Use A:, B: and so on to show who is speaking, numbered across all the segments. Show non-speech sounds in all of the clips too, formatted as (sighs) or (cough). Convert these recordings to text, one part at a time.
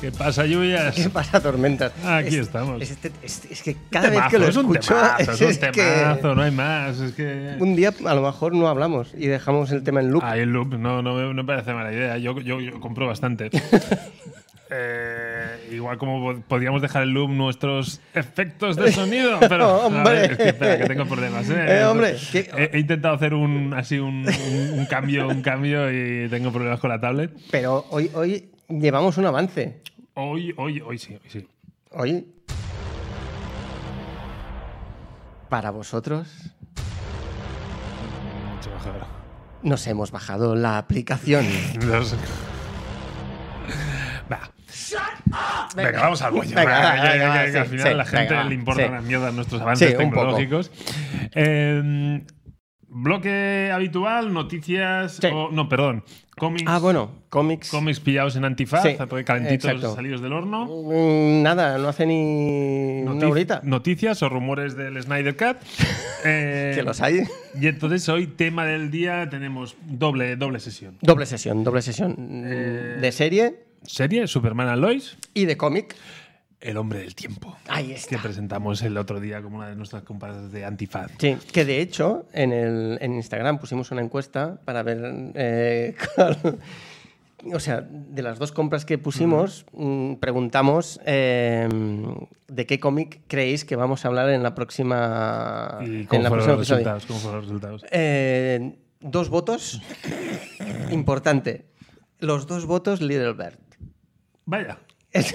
A: ¿Qué pasa, lluvias?
B: (laughs) ¿Qué pasa, tormentas?
A: Aquí
B: Es-
A: estamos.
B: Es, este- es- es que cada vez
A: Temazo,
B: que lo
A: es un
B: escucho.
A: temazo,
B: (laughs)
A: es, un
B: que
A: temazo, no hay más. Es que.
B: un día a lo mejor no hablamos y dejamos el tema en loop.
A: Ah, el loop, no, no, me- no me parece mala idea. Yo, yo, yo compro
B: (laughs)
A: bastante. Eh, igual como pod- podíamos dejar el loop nuestros efectos
B: (laughs)
A: de sonido, pero a
B: Hombre.
A: ver, es que, espera, que tengo problemas. ¿eh?
B: (laughs) Eh, hombre, ¿qué-
A: he, he intentado hacer un así un, un- un cambio, un cambio y tengo problemas con la tablet.
B: Pero hoy, hoy llevamos un avance.
A: Hoy, hoy, hoy sí, hoy sí.
B: Hoy. Para vosotros,
A: Mucho mejor.
B: (laughs) nos hemos bajado la aplicación.
A: Los- Va. (laughs) Venga, vamos al bollo.
B: Venga,
A: Va,
B: va,
A: ya,
B: venga,
A: ya,
B: va,
A: que al
B: sí,
A: final
B: sí,
A: la gente
B: venga, va,
A: le importan
B: sí.
A: las mierdas nuestros avances
B: Sí, un poco.
A: tecnológicos. Eh, bloque habitual, noticias.
B: Sí.
A: o- no, perdón. Cómics,
B: Ah, bueno, cómics.
A: cómics pillados en antifaz,
B: Sí,
A: calentitos
B: exacto.
A: salidos del horno.
B: Mm, Nada, no hace ni una
A: Noti-
B: horita.
A: Noticias o rumores del Snyder Cut. Eh,
B: (laughs) Que los hay.
A: Y entonces hoy, tema del día, tenemos doble, doble sesión.
B: Doble sesión, doble sesión. mm,
A: Eh.
B: De serie
A: Serie, Superman and Lois,
B: y de cómic.
A: El Hombre del Tiempo.
B: Ahí
A: que
B: está.
A: presentamos el otro día como una de nuestras compañeras de Antifaz.
B: Sí, que de hecho en, el, en Instagram pusimos una encuesta para ver eh, (laughs) cuál- O sea, de las dos compras que pusimos, mm, preguntamos eh, de qué cómic creéis que vamos a hablar en la próxima.
A: ¿Y
B: Ah. en
A: cómo
B: la
A: fueron
B: próxima
A: los
B: episodio.
A: resultados? ¿Cómo fueron los resultados?
B: Eh, dos votos. Importante. Los dos votos, Little Bird. (laughs)
A: Vaya.
B: Es-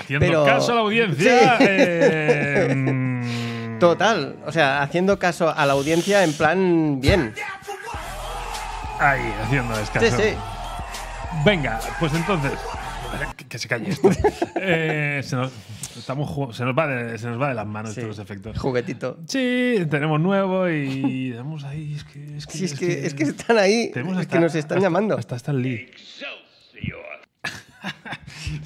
A: Haciendo
B: Pero-
A: caso a la audiencia.
B: Sí.
A: eh, mm,
B: Total. O sea, haciendo caso a la audiencia en plan bien.
A: ahí, haciendo
B: Sí,
A: descanso.
B: sí.
A: (laughs) Venga, pues entonces. Vale, Que, que se calle
B: (laughs)
A: esto. Eh, se, nos, estamos ju- se, nos va de, se nos va de las manos
B: Sí.
A: todos los efectos.
B: Juguetito.
A: Sí, tenemos nuevo y damos ahí. Es que, es que,
B: Sí, es que, es que están ahí,
A: Tenemos
B: es
A: hasta-
B: que nos están
A: hasta-
B: llamando.
A: Hasta hasta el Lee. (laughs)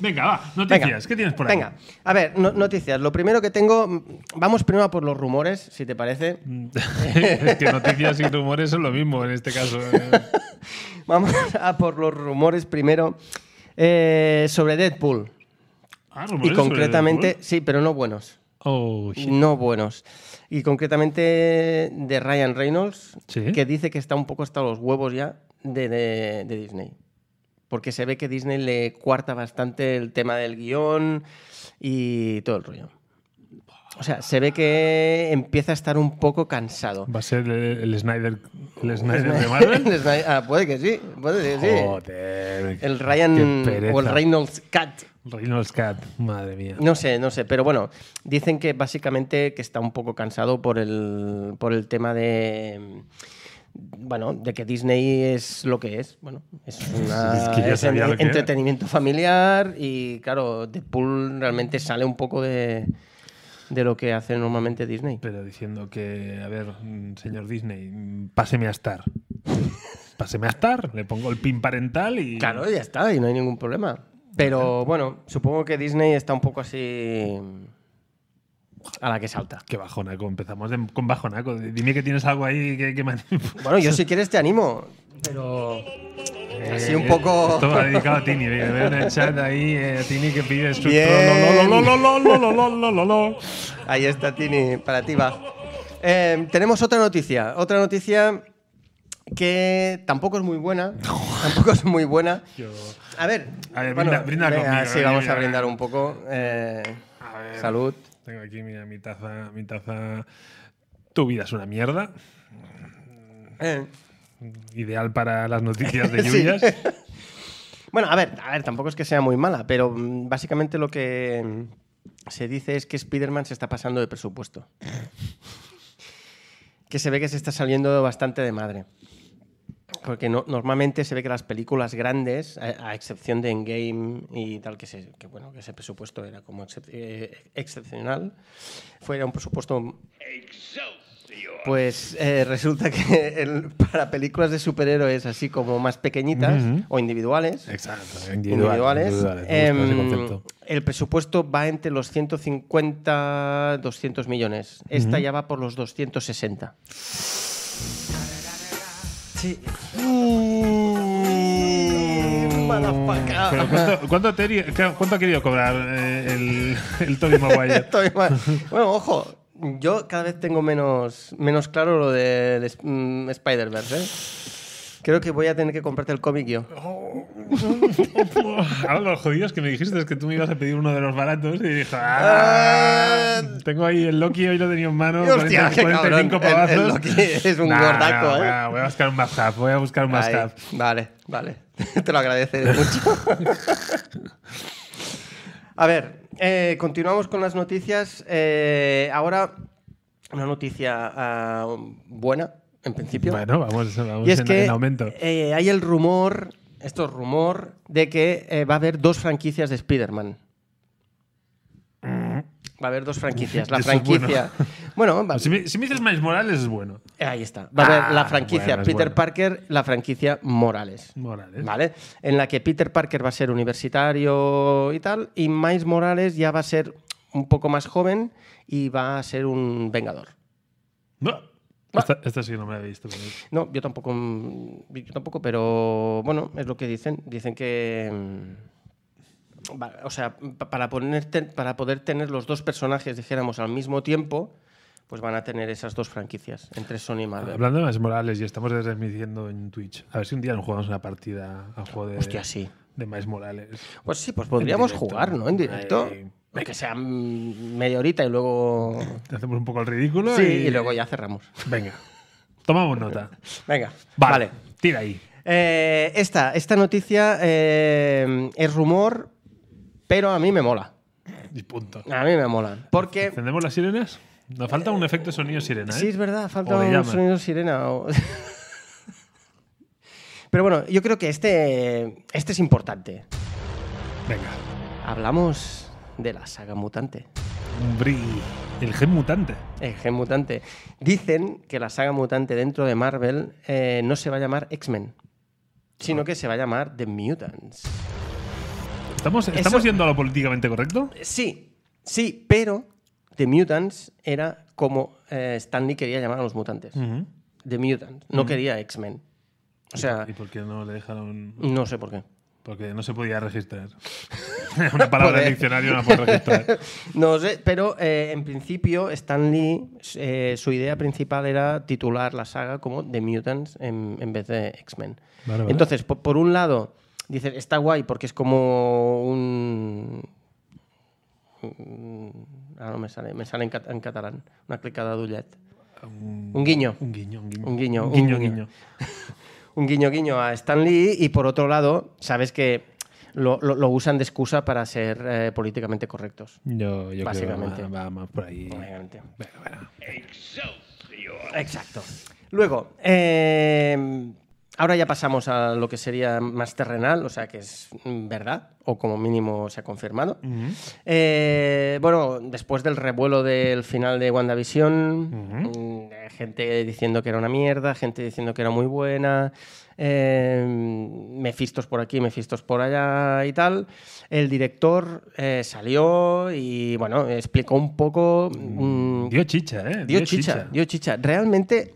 A: Venga, va, noticias. ¿Qué tienes por ahí?
B: Venga, a ver, no- noticias. Lo primero que tengo, mm, vamos primero a por los rumores, si te parece.
A: Mm. (laughs) es que noticias y rumores son lo mismo en este caso. eh.
B: Vamos (laughs) a por los rumores primero eh, sobre Deadpool.
A: Ah,
B: Y
A: rumores
B: concretamente,
A: sobre
B: sí, pero no buenos.
A: Deadpool. Oh, shit.
B: No buenos. Y concretamente de Ryan Reynolds,
A: Sí.
B: que dice que está un poco hasta los huevos ya de, de- de Disney. Porque se ve que Disney le cuarta bastante el tema del guión y todo el rollo. O sea, se ve que empieza a estar un poco cansado.
A: Va a ser el, el Snyder, el Snyder de Marvel.
B: Les da- ah, puede que sí, puede que (laughs) sí.
A: Joder.
B: El Ryan
A: qué pereza.
B: o el Reynolds Cat.
A: Reynolds Cat, madre mía.
B: No sé, no sé, pero bueno, dicen que básicamente que está un poco cansado por el, por el tema de... Bueno, de que Disney es lo que es. Bueno, (laughs) es, una-
A: Es que ya
B: es
A: sabía
B: en-
A: lo que era.
B: entretenimiento familiar y claro, Deadpool realmente sale un poco de, de lo que hace normalmente Disney.
A: Pero diciendo que, a ver, mm, señor Disney, mm, páseme a
B: (laughs)
A: estar. Páseme a estar, le pongo el pin parental y.
B: Claro, ya está, y no hay ningún problema. Pero bueno, supongo que Disney está un poco así a la que salta.
A: Qué bajonaco, empezamos de- con bajonaco. Dime que tienes algo ahí que, que man-
B: Bueno, yo si quieres te animo, Eh, pero así un poco...
A: Eh, Esto va dedicado a Tini. mira, Veo en el chat ahí eh, a Tini que pide su.
B: Bien.
A: Lo, lo, lo, lo, lo, lo, lo, lo, lo.
B: Ahí está, Tini, para ti va. Eh, tenemos otra noticia, otra noticia que tampoco es muy (laughs) buena, tampoco es muy buena. A ver,
A: A ver, brinda- brinda
B: venga,
A: conmigo,
B: sí,
A: venga,
B: vamos
A: venga.
B: a brindar un poco. eh,
A: A ver.
B: salud.
A: Tengo aquí, mira, mi taza, mi taza. Tu vida es una mierda.
B: Eh,
A: Ideal para las noticias de
B: (laughs) Sí.
A: lluvias.
B: Bueno, a ver, a ver, tampoco es que sea muy mala, pero mm, básicamente lo que mm, se dice es que Spider-Man se está pasando de presupuesto. (laughs) que se ve que se está saliendo bastante de madre. Porque no- normalmente se ve que las películas grandes, a, a excepción de Endgame y tal, que, se- que, bueno, que ese presupuesto era como excep- eh, excepcional, fuera un presupuesto pues eh, resulta que el- para películas de superhéroes así como más pequeñitas
A: Ujú.
B: o individuales,
A: Exacto.
C: me
B: individuales,
C: gusta ese
B: em,
C: concepto.
B: el presupuesto va entre los 150 200 millones. Esta ya va por los 260. Sí.
A: Pero ¿cuánto, cuánto ha teri- claro, cuánto ha querido cobrar eh, el, el Tobey Maguire?
B: Estoy mal. Bueno, ojo, yo cada vez tengo menos, menos claro lo del es- mm, Spider-Verse. ¿eh? Creo que voy a tener que comprarte el cómic yo.
A: Ahora los jodidos que me dijiste es que tú me ibas a pedir uno de los baratos y dije, "Ah, tengo ahí el Loki, hoy lo tenía en mano,
B: Eh, Hostia,
A: 40,
B: qué cabrón,
A: 45
B: el- el
A: pavazos.
B: Loki es un gordaco,
A: no,
B: ¿eh?
A: no, voy a buscar un más half, voy a buscar un más
B: Ahí,
A: half.
B: Vale, vale. (laughs) Te lo agradeceré mucho. (laughs) A ver, eh, continuamos con las noticias. Eh, ahora, una noticia ah, buena, en principio.
A: Bueno, vamos, vamos
B: y es
A: en,
B: que
A: en aumento.
B: eh, hay el rumor, esto es rumor, de que eh, va a haber dos franquicias de Spider-Man. Va a haber dos franquicias. La
A: Mm. Eso es bueno.
B: franquicia. Bueno, va-
A: si, me, si me dices Miles Morales es bueno.
B: ahí está. Va a haber
A: Ah,
B: la franquicia
A: bueno, es
B: Peter
A: bueno.
B: Parker, la franquicia Morales.
A: Morales.
B: ¿Vale? En la que Peter Parker va a ser universitario y tal, y Miles Morales ya va a ser un poco más joven y va a ser un vengador.
A: No. Esta, esta sí no me la he visto. pero-
B: No, yo tampoco, mm, yo tampoco, pero bueno, es lo que dicen. Dicen que. mm, va- O sea, pa- para, ponerte, para poder tener los dos personajes, dijéramos, al mismo tiempo, pues van a tener esas dos franquicias entre Sony y Marvel.
A: Hablando de Miles Morales y estamos transmitiendo en Twitch. A ver si un día nos jugamos una partida a juego de,
B: Hostia, sí.
A: de Miles Morales.
B: Pues sí, pues podríamos
A: directo.
B: jugar, ¿no? En directo.
A: Ahí.
B: Aunque sea mm, media horita y luego.
A: Hacemos un poco el ridículo
B: Sí,
A: y...
B: y luego ya cerramos.
A: Venga, tomamos nota.
B: Venga,
A: Vale,
B: vale.
A: tira ahí.
B: Eh, esta, esta noticia eh, es rumor, pero a mí me mola.
A: Y punto.
B: A mí me mola. Porque.
A: ¿Encendemos las sirenas? Nos falta un efecto sonido sirena, ¿eh?
B: Sí, es verdad, falta
A: O de
B: un
A: llama.
B: sonido de sirena. o- pero bueno, yo creo que este, este es importante.
A: Venga.
B: Hablamos de la saga mutante.
A: Un bri... El gen mutante.
B: El gen mutante. Dicen que la saga mutante dentro de Marvel eh, no se va a llamar X-Men, sino que se va a llamar The Mutants.
A: ¿Estamos,
B: Eso-
A: ¿estamos yendo a lo políticamente correcto?
B: Sí, sí, pero The Mutants era como eh, Stanley quería llamar a los mutantes.
A: Mm.
B: The Mutants, no quería X-Men. O sea,
A: ¿Y por qué no le dejaron...?
B: no sé por qué.
A: Porque no se podía registrar. (laughs) una palabra
B: Joder.
A: del diccionario no la puedo registrar.
B: No sé, pero eh, en principio Stan Lee, eh, su idea principal era titular la saga como The Mutants en, en vez de X-Men.
A: Vale, vale.
B: Entonces, po- por, un lado, dices, está guay porque es como un... un- Ah, no me sale, me sale en, cat- en catalán. Una clicada d'ullet. (laughs) Un guiño.
A: Un guiño, un guiño.
B: Un guiño,
A: un guiño.
B: un guiño. un guiño guiño a Stan Lee y por otro lado, sabes que lo, lo- lo usan de excusa para ser eh, políticamente correctos.
A: Yo, yo
B: Básicamente.
A: creo que va, va más por ahí.
B: Obviamente.
A: Bueno, bueno.
B: Exacto. Luego, eh, ahora ya pasamos a lo que sería más terrenal, o sea que es mm, verdad, o como mínimo se ha confirmado. Eh, bueno, después del revuelo del final de WandaVision, mm, eh, gente diciendo que era una mierda, gente diciendo que era muy buena, eh, mefistos por aquí, mefistos por allá y tal, el director eh, salió y bueno, explicó un poco mm,
A: Dio chicha, ¿eh?
B: Dio chicha, dio chicha. Realmente,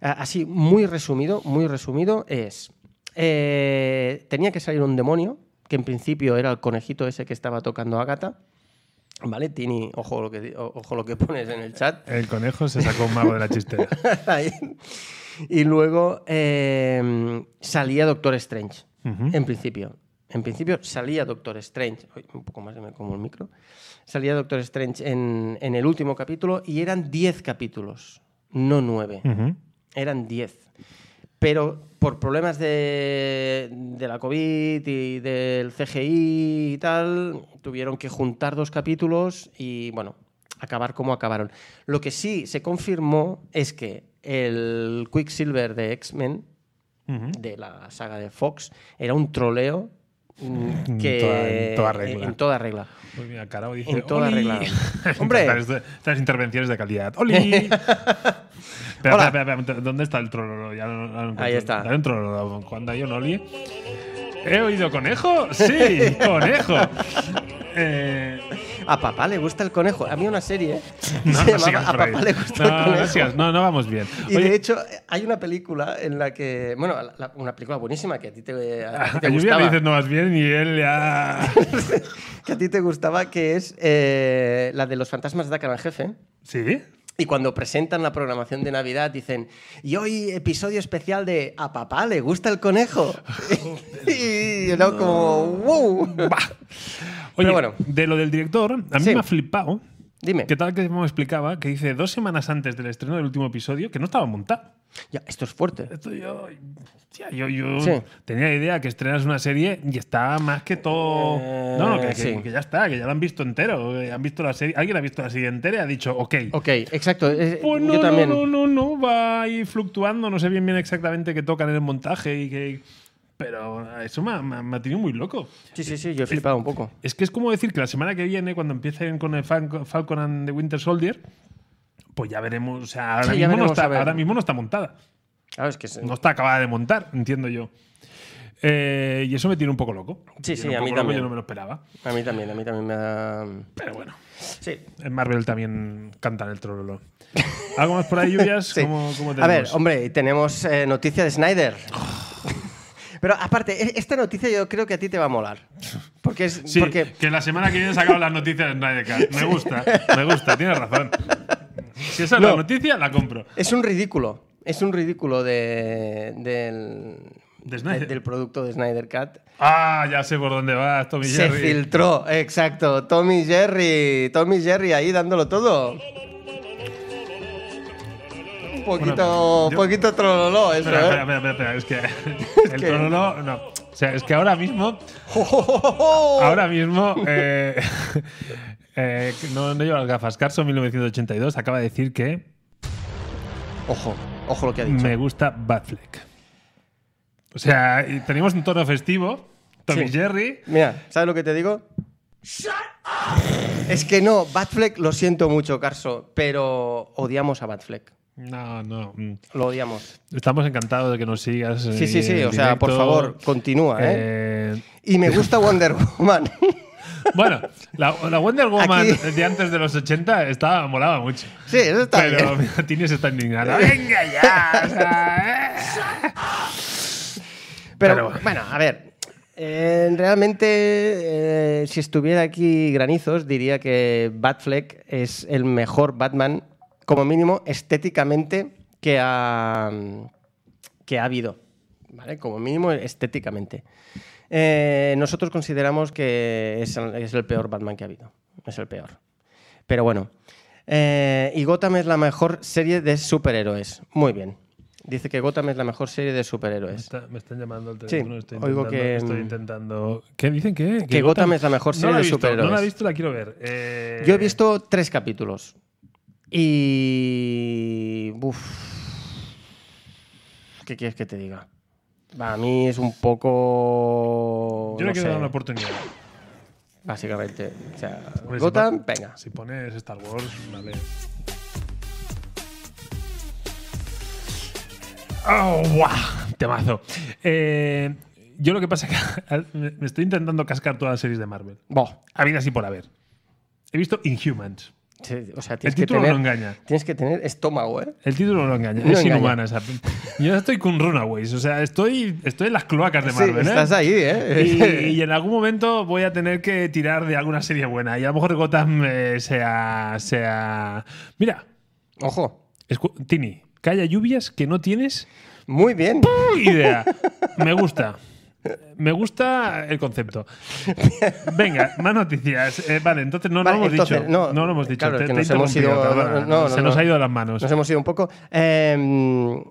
B: a- así, muy resumido, muy resumido, es. eh, tenía que salir un demonio, que en principio era el conejito ese que estaba tocando a Gata. ¿Vale? Tini, ojo lo que, di- o- ojo lo que (laughs) pones en el chat.
A: El conejo se sacó un mago de la
B: (laughs)
A: chistera.
B: Ahí. (laughs) Y luego eh, salía Doctor Strange,
A: Ujú.
B: en principio. En principio salía Doctor Strange, Uy, un poco más que me como el micro, salía Doctor Strange en, en el último capítulo y eran 10 capítulos, no 9,
A: Ujú.
B: eran 10. pero por problemas de, de la COVID y del CGI y tal, tuvieron que juntar dos capítulos y, bueno, acabar como acabaron. Lo que sí se confirmó es que el Quicksilver de X-Men,
A: Ujú.
B: de la saga de Fox, era un troleo mm, que
C: toda- en toda regla.
B: en toda regla.
A: Pues mira, Carao dice.
B: En toda
A: "Oli".
B: regla.
A: Me
B: (laughs) Hombre.
A: encantan esto- (laughs) Estas intervenciones de calidad. ¡Oli!
B: (laughs)
A: Espera, espera,
B: Hola.
A: espera, espera, ¿Dónde está el trololo? Ya no- no lo encuentro.
B: Ahí está.
A: Dale un trololo. Cuando hay un Oli. ¿He oído conejo?
B: (laughs)
A: Sí, conejo. Eh,
B: A papá le gusta el conejo. A mí una serie
A: (laughs) no,
B: (laughs) se
A: no sigas
B: llamaba A
A: por ahí.
B: papá le gusta el
A: No, no,
B: conejo.
A: sigas. No, no vamos bien.
B: Y (laughs)
A: Oye,
B: de hecho, hay una película en la que. Bueno, la- la- una película buenísima que a ti te, a ti
A: a (laughs)
B: te
A: Lluvia
B: gustaba.
A: le dices no vas bien y él ya.
B: (laughs) Que a ti te gustaba, que es eh, la de los fantasmas de Dacan al jefe.
A: ¿Sí?
B: Y cuando presentan la programación de Navidad dicen, y hoy episodio especial de A papá le gusta el conejo. (laughs) y era como, wow.
A: Oye,
B: Pero bueno.
A: de lo del director, a mí
B: Sí.
A: me ha flipado.
B: Dime,
A: ¿Qué tal que me explicaba? Que dice dos semanas antes del estreno del último episodio que no estaba montado.
B: ya, esto es fuerte.
A: Esto yo. hostia, yo, yo
B: Sí.
A: tenía idea que estrenas una serie y está más que todo.
B: Eh,
A: no, no, que, que-
B: sí.
A: que ya está, que ya la han visto entero. que Han visto la serie, alguien ha visto la serie entera y ha dicho, ok.
B: Ok, exacto. eh,
A: (laughs) Pues no, no,
B: yo también.
A: no, no, no, va ahí fluctuando, no sé bien bien exactamente qué tocan en el montaje y que. Pero eso me, ha- me ha- me ha tenido muy loco.
B: Sí, sí, sí, yo he flipado un poco.
A: Es que es como decir que la semana que viene, cuando empiecen con el Fan- Falcon and the Winter Soldier, pues ya veremos. O sea, ahora,
B: Sí,
A: mismo,
B: ya veremos,
A: no está,
B: a ver.
A: ahora mismo no está montada.
B: Claro, Ah, es que es-
A: No está acabada de montar, entiendo yo. Eh, y eso me tiene un poco loco. Me
B: Sí, sí,
A: tiene un
B: a mí
A: poco loco,
B: también.
A: Yo no me lo esperaba.
B: A mí también, a mí también me da...
A: Pero bueno,
B: Sí.
A: en Marvel también cantan el trololo. ¿Algo más por ahí, Lluvias?
B: (laughs) Sí.
A: ¿Cómo, cómo
B: a ver,
A: tenemos?
B: hombre, y tenemos eh, noticia
A: (sighs)
B: de Snyder. Pero aparte, e- esta noticia yo creo que a ti te va a molar. Porque es...
A: Sí,
B: porque...
A: que la semana que viene sacaban las noticias de Snyder Cut. Me gusta, me gusta, tienes razón. Si esa es la
B: No.
A: noticia, la compro.
B: Es un ridículo. Es un ridículo de, del,
A: De Snyder.
B: de- del producto de Snyder Cat.
A: Ah, ya sé por dónde vas, Tommy
B: Se
A: Jerry.
B: filtró, exacto. Tommy Jerry, Tommy Jerry ahí dándolo todo. Un poquito,
A: yo-
B: poquito trololó eso,
A: Espera, espera,
B: ¿eh?
A: espera, espera, espera, es
B: (laughs)
A: que (laughs) el
B: que-
A: trololo no. O sea, es que ahora
B: (laughs)
A: mismo, ahora mismo, eh, (laughs) eh, no, no llevo las gafas. Carso 1982 acaba de decir que
B: Ojo, ojo lo que ha dicho.
A: me gusta Batfleck. O sea, y tenemos un tono festivo, Tommy
B: Sí.
A: Jerry.
B: Mira, ¿sabes lo que te digo? Es que no, Batfleck, lo siento mucho, Carso, pero odiamos a Batfleck.
A: No, no. mm.
B: Lo odiamos.
A: Estamos encantados de que nos sigas.
B: Sí, sí, sí, o sea, por favor, continúa, ¿eh?
A: eh
B: Y me gusta Wonder Woman.
A: Bueno, la, la Wonder Woman
B: Aquí-
A: de antes de los 80 estaba, molaba mucho.
B: sí, eso está
A: Pero (laughs)
B: bien.
A: mira, Tini se está indignada. ¡Venga ya! o sea, eh.
B: Pero,
A: pero bueno.
B: bueno, a ver. eh, realmente, eh, si estuviera aquí Granizos, diría que Batfleck es el mejor Batman, como mínimo estéticamente, que ha, que ha habido. ¿Vale? Como mínimo estéticamente. Eh, nosotros consideramos que es el, es el peor Batman que ha habido. Es el peor. Pero bueno. Eh, y Gotham es la mejor serie de superhéroes. Muy bien. Dice que Gotham es la mejor serie de superhéroes.
A: Está- me están llamando al
B: Sí,
A: teléfono. estoy
B: oigo
A: intentando,
B: que,
A: estoy
B: mm,
A: intentando. ¿Qué dicen? ¿Qué? Que,
B: Gotham es la mejor serie
A: no la
B: de
A: he visto,
B: superhéroes.
A: No la he visto, la quiero ver. Eh,
B: Yo he visto tres capítulos. Y. Uf. ¿Qué quieres que te diga? A mí es un poco.
A: Yo
B: no
A: le quiero
B: sé,
A: dar una oportunidad.
B: Básicamente. O sea,
A: Hombre, si
B: Gotham,
A: pon-
B: venga.
A: Si pones Star Wars, vale. ¡Oh, guau! Temazo. Eh, yo lo que (laughs) pasa es que me estoy intentando cascar todas las series de Marvel.
B: Bo.
A: A vida así por haber. He visto Inhumans.
B: Sí, O sea, tienes que
A: título
B: tener.
A: no engaña.
B: Tienes que tener estómago, ¿eh?
A: El título no engaña,
B: No
A: es
B: engaña.
A: inhumana esa. Yo estoy con Runaways, o sea, estoy, estoy en las cloacas de
B: Sí,
A: Marvel. ¿eh?
B: estás ahí, ¿eh? (laughs)
A: Y, y en algún momento voy a tener que tirar de alguna serie buena. Y a lo mejor Gotham eh, sea, sea. Mira,
B: Ojo.
A: escu- Tini, calla lluvias que no tienes
B: Muy bien.
A: idea. Me gusta. Me gusta el concepto. Venga, más noticias. Eh, vale, entonces no
B: Vale,
A: lo hemos
B: entonces,
A: dicho.
B: No,
A: No, lo hemos dicho.
B: claro,
A: Te- te
B: que
A: he
B: nos hemos ido,
A: interrumpido, perdona.
B: no, no,
A: Se nos
B: no.
A: ha ido de las manos.
B: Nos hemos ido un poco. Eh,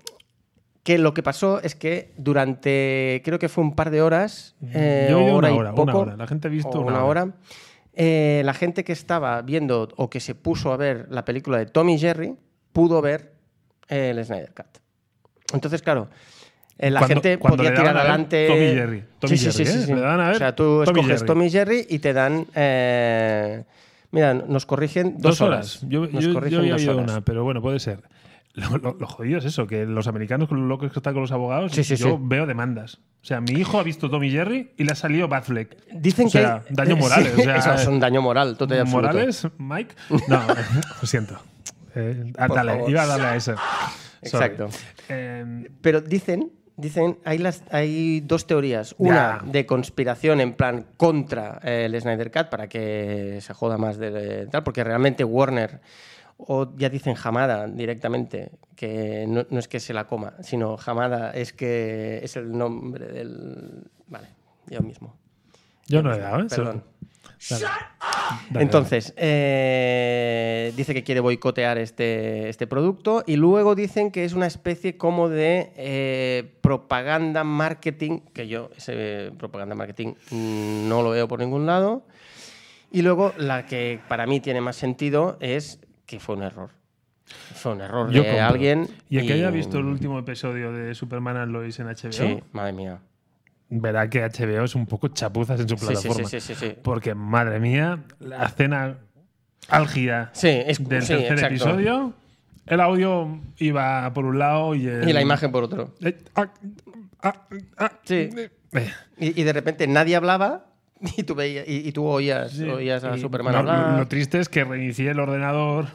B: que lo que pasó es que durante, creo que fue un par de horas, eh,
A: Yo he oído
B: hora
A: una
B: y
A: hora,
B: poco,
A: una hora. La gente ha visto
B: o
A: una,
B: hora, eh, la gente que estaba viendo o que se puso a ver la película de Tommy Jerry pudo ver eh, el Snyder Cut. Entonces, claro, eh, la
A: Cuando-
B: gente
A: cuando
B: podía
A: le daban
B: tirar
A: a ver
B: adelante.
A: Tom y Jerry. Tom y Jerry, ¿eh? Le daban a ver
B: O sea, tú
A: Tom y
B: escoges
A: Jerry.
B: Tom y Jerry y te dan. eh, mira, nos corrigen dos,
A: Dos horas. Yo,
B: Nos
A: yo- yo
B: corrigen
A: había
B: dos
A: oído
B: horas.
A: una, pero bueno, puede ser. Lo, lo- lo jodido es eso, que los americanos con lo locos que están con los abogados,
B: Sí, sí,
A: yo
B: sí.
A: veo demandas. O sea, mi hijo ha visto Tommy Jerry y le ha salido Batfleck.
B: Dicen
A: O sea,
B: que.
A: daño
B: eh, (laughs) sí,
A: moral, o sea,
B: eso es un daño moral, total y absoluto.
A: Morales,
B: (laughs)
A: Mike. No, lo siento. Eh, ah,
B: Por
A: dale,
B: favor.
A: iba a darle a eso. Sorry.
B: Exacto.
A: Eh,
B: Pero dicen, dicen, hay, las, hay dos teorías.
A: Ya.
B: Una de conspiración en plan contra eh, el Snyder Cut para que se joda más de tal, porque realmente Warner, o ya dicen Hamada directamente, que no, no es que se la coma, sino Hamada es que es el nombre del... Vale, yo mismo.
A: yo no le he dado, ¿eh?
B: Perdón.
A: Dale. Dale,
B: Entonces, eh, dice que quiere boicotear este, este producto y luego dicen que es una especie como de eh, propaganda marketing, que yo ese eh, propaganda marketing mm, no lo veo por ningún lado. Y luego la que para mí tiene más sentido es que fue un error. Fue un error
A: dale. Yo
B: de
A: compro.
B: alguien.
A: Y el que haya visto el último episodio de Superman and Lois en HBO,
B: Sí, madre mía.
A: verá que HBO es un poco chapuzas en su
B: Sí, sí,
A: plataforma.
B: sí, sí, sí, sí.
A: Porque, madre mía, la escena álgida
B: Sí, es-
A: del
B: sí,
A: tercer
B: exacto.
A: episodio, el audio iba por un lado y, el-
B: Y la imagen por otro.
A: Eh, ah, ah, ah,
B: Sí.
A: eh.
B: Y, y de repente nadie hablaba (laughs) y tú, veías, y, y tú oías, oías a
A: Y
B: Superman
A: lo-
B: hablar.
A: Lo, lo triste es que reinicié el ordenador,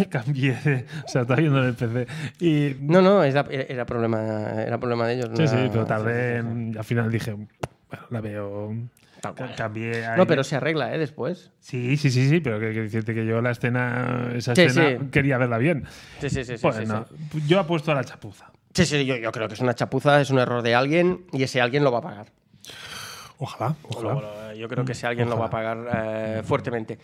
A: (laughs) cambié de- O sea, estaba viendo en el PC. Y.
B: No, no, era, era problema, era problema de ellos. no
A: sí, sí,
B: era-
A: pero tardé.
B: sí, sí,
A: en- Al final dije. Bueno, la veo.
B: sí. Tal cual.
A: Cambié. ahí.
B: No, pero se arregla, ¿eh? Después.
A: Sí, sí, sí, sí, pero que, que decirte que yo la escena. Esa
B: Sí,
A: escena
B: sí.
A: quería verla bien.
B: Sí, sí, sí. sí, sí,
A: bueno,
B: sí.
A: yo apuesto a la chapuza.
B: Sí, sí, yo, yo creo que es una chapuza, es un error de alguien y ese alguien lo va a pagar.
A: Ojalá, ojalá.
B: Luego, eh, yo creo que si alguien lo va a pagar eh, fuertemente.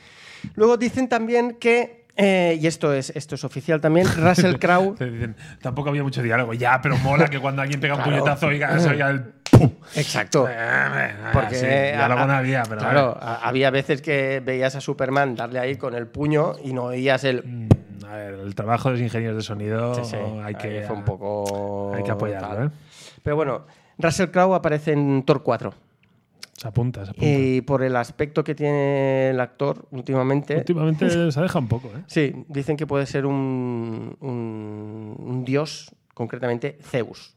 B: Luego dicen también que, eh, y esto es, esto es oficial también, Russell Crowe.
A: Te dicen, tampoco había mucho diálogo. Ya, pero mola que cuando alguien pega un
B: Claro.
A: puñetazo
B: (laughs)
A: oiga, se oiga el. ¡pum!
B: Exacto.
A: Porque.
B: Porque eh,
A: diálogo
B: a-
A: no había, pero.
B: claro, a- había veces que veías a Superman darle ahí con el puño y no oías el.
A: Mm, A ver, el trabajo de los ingenieros de sonido
B: Sí, sí,
A: hay que
B: ahí fue un poco.
A: hay que apoyarlo,
B: tal.
A: ¿eh?
B: Pero bueno, Russell Crowe aparece en Thor 4
A: Se apunta, se apunta.
B: y por el aspecto que tiene el actor últimamente.
A: Últimamente se deja un poco, ¿eh?
B: Sí, dicen que puede ser un, un- un dios, concretamente Zeus.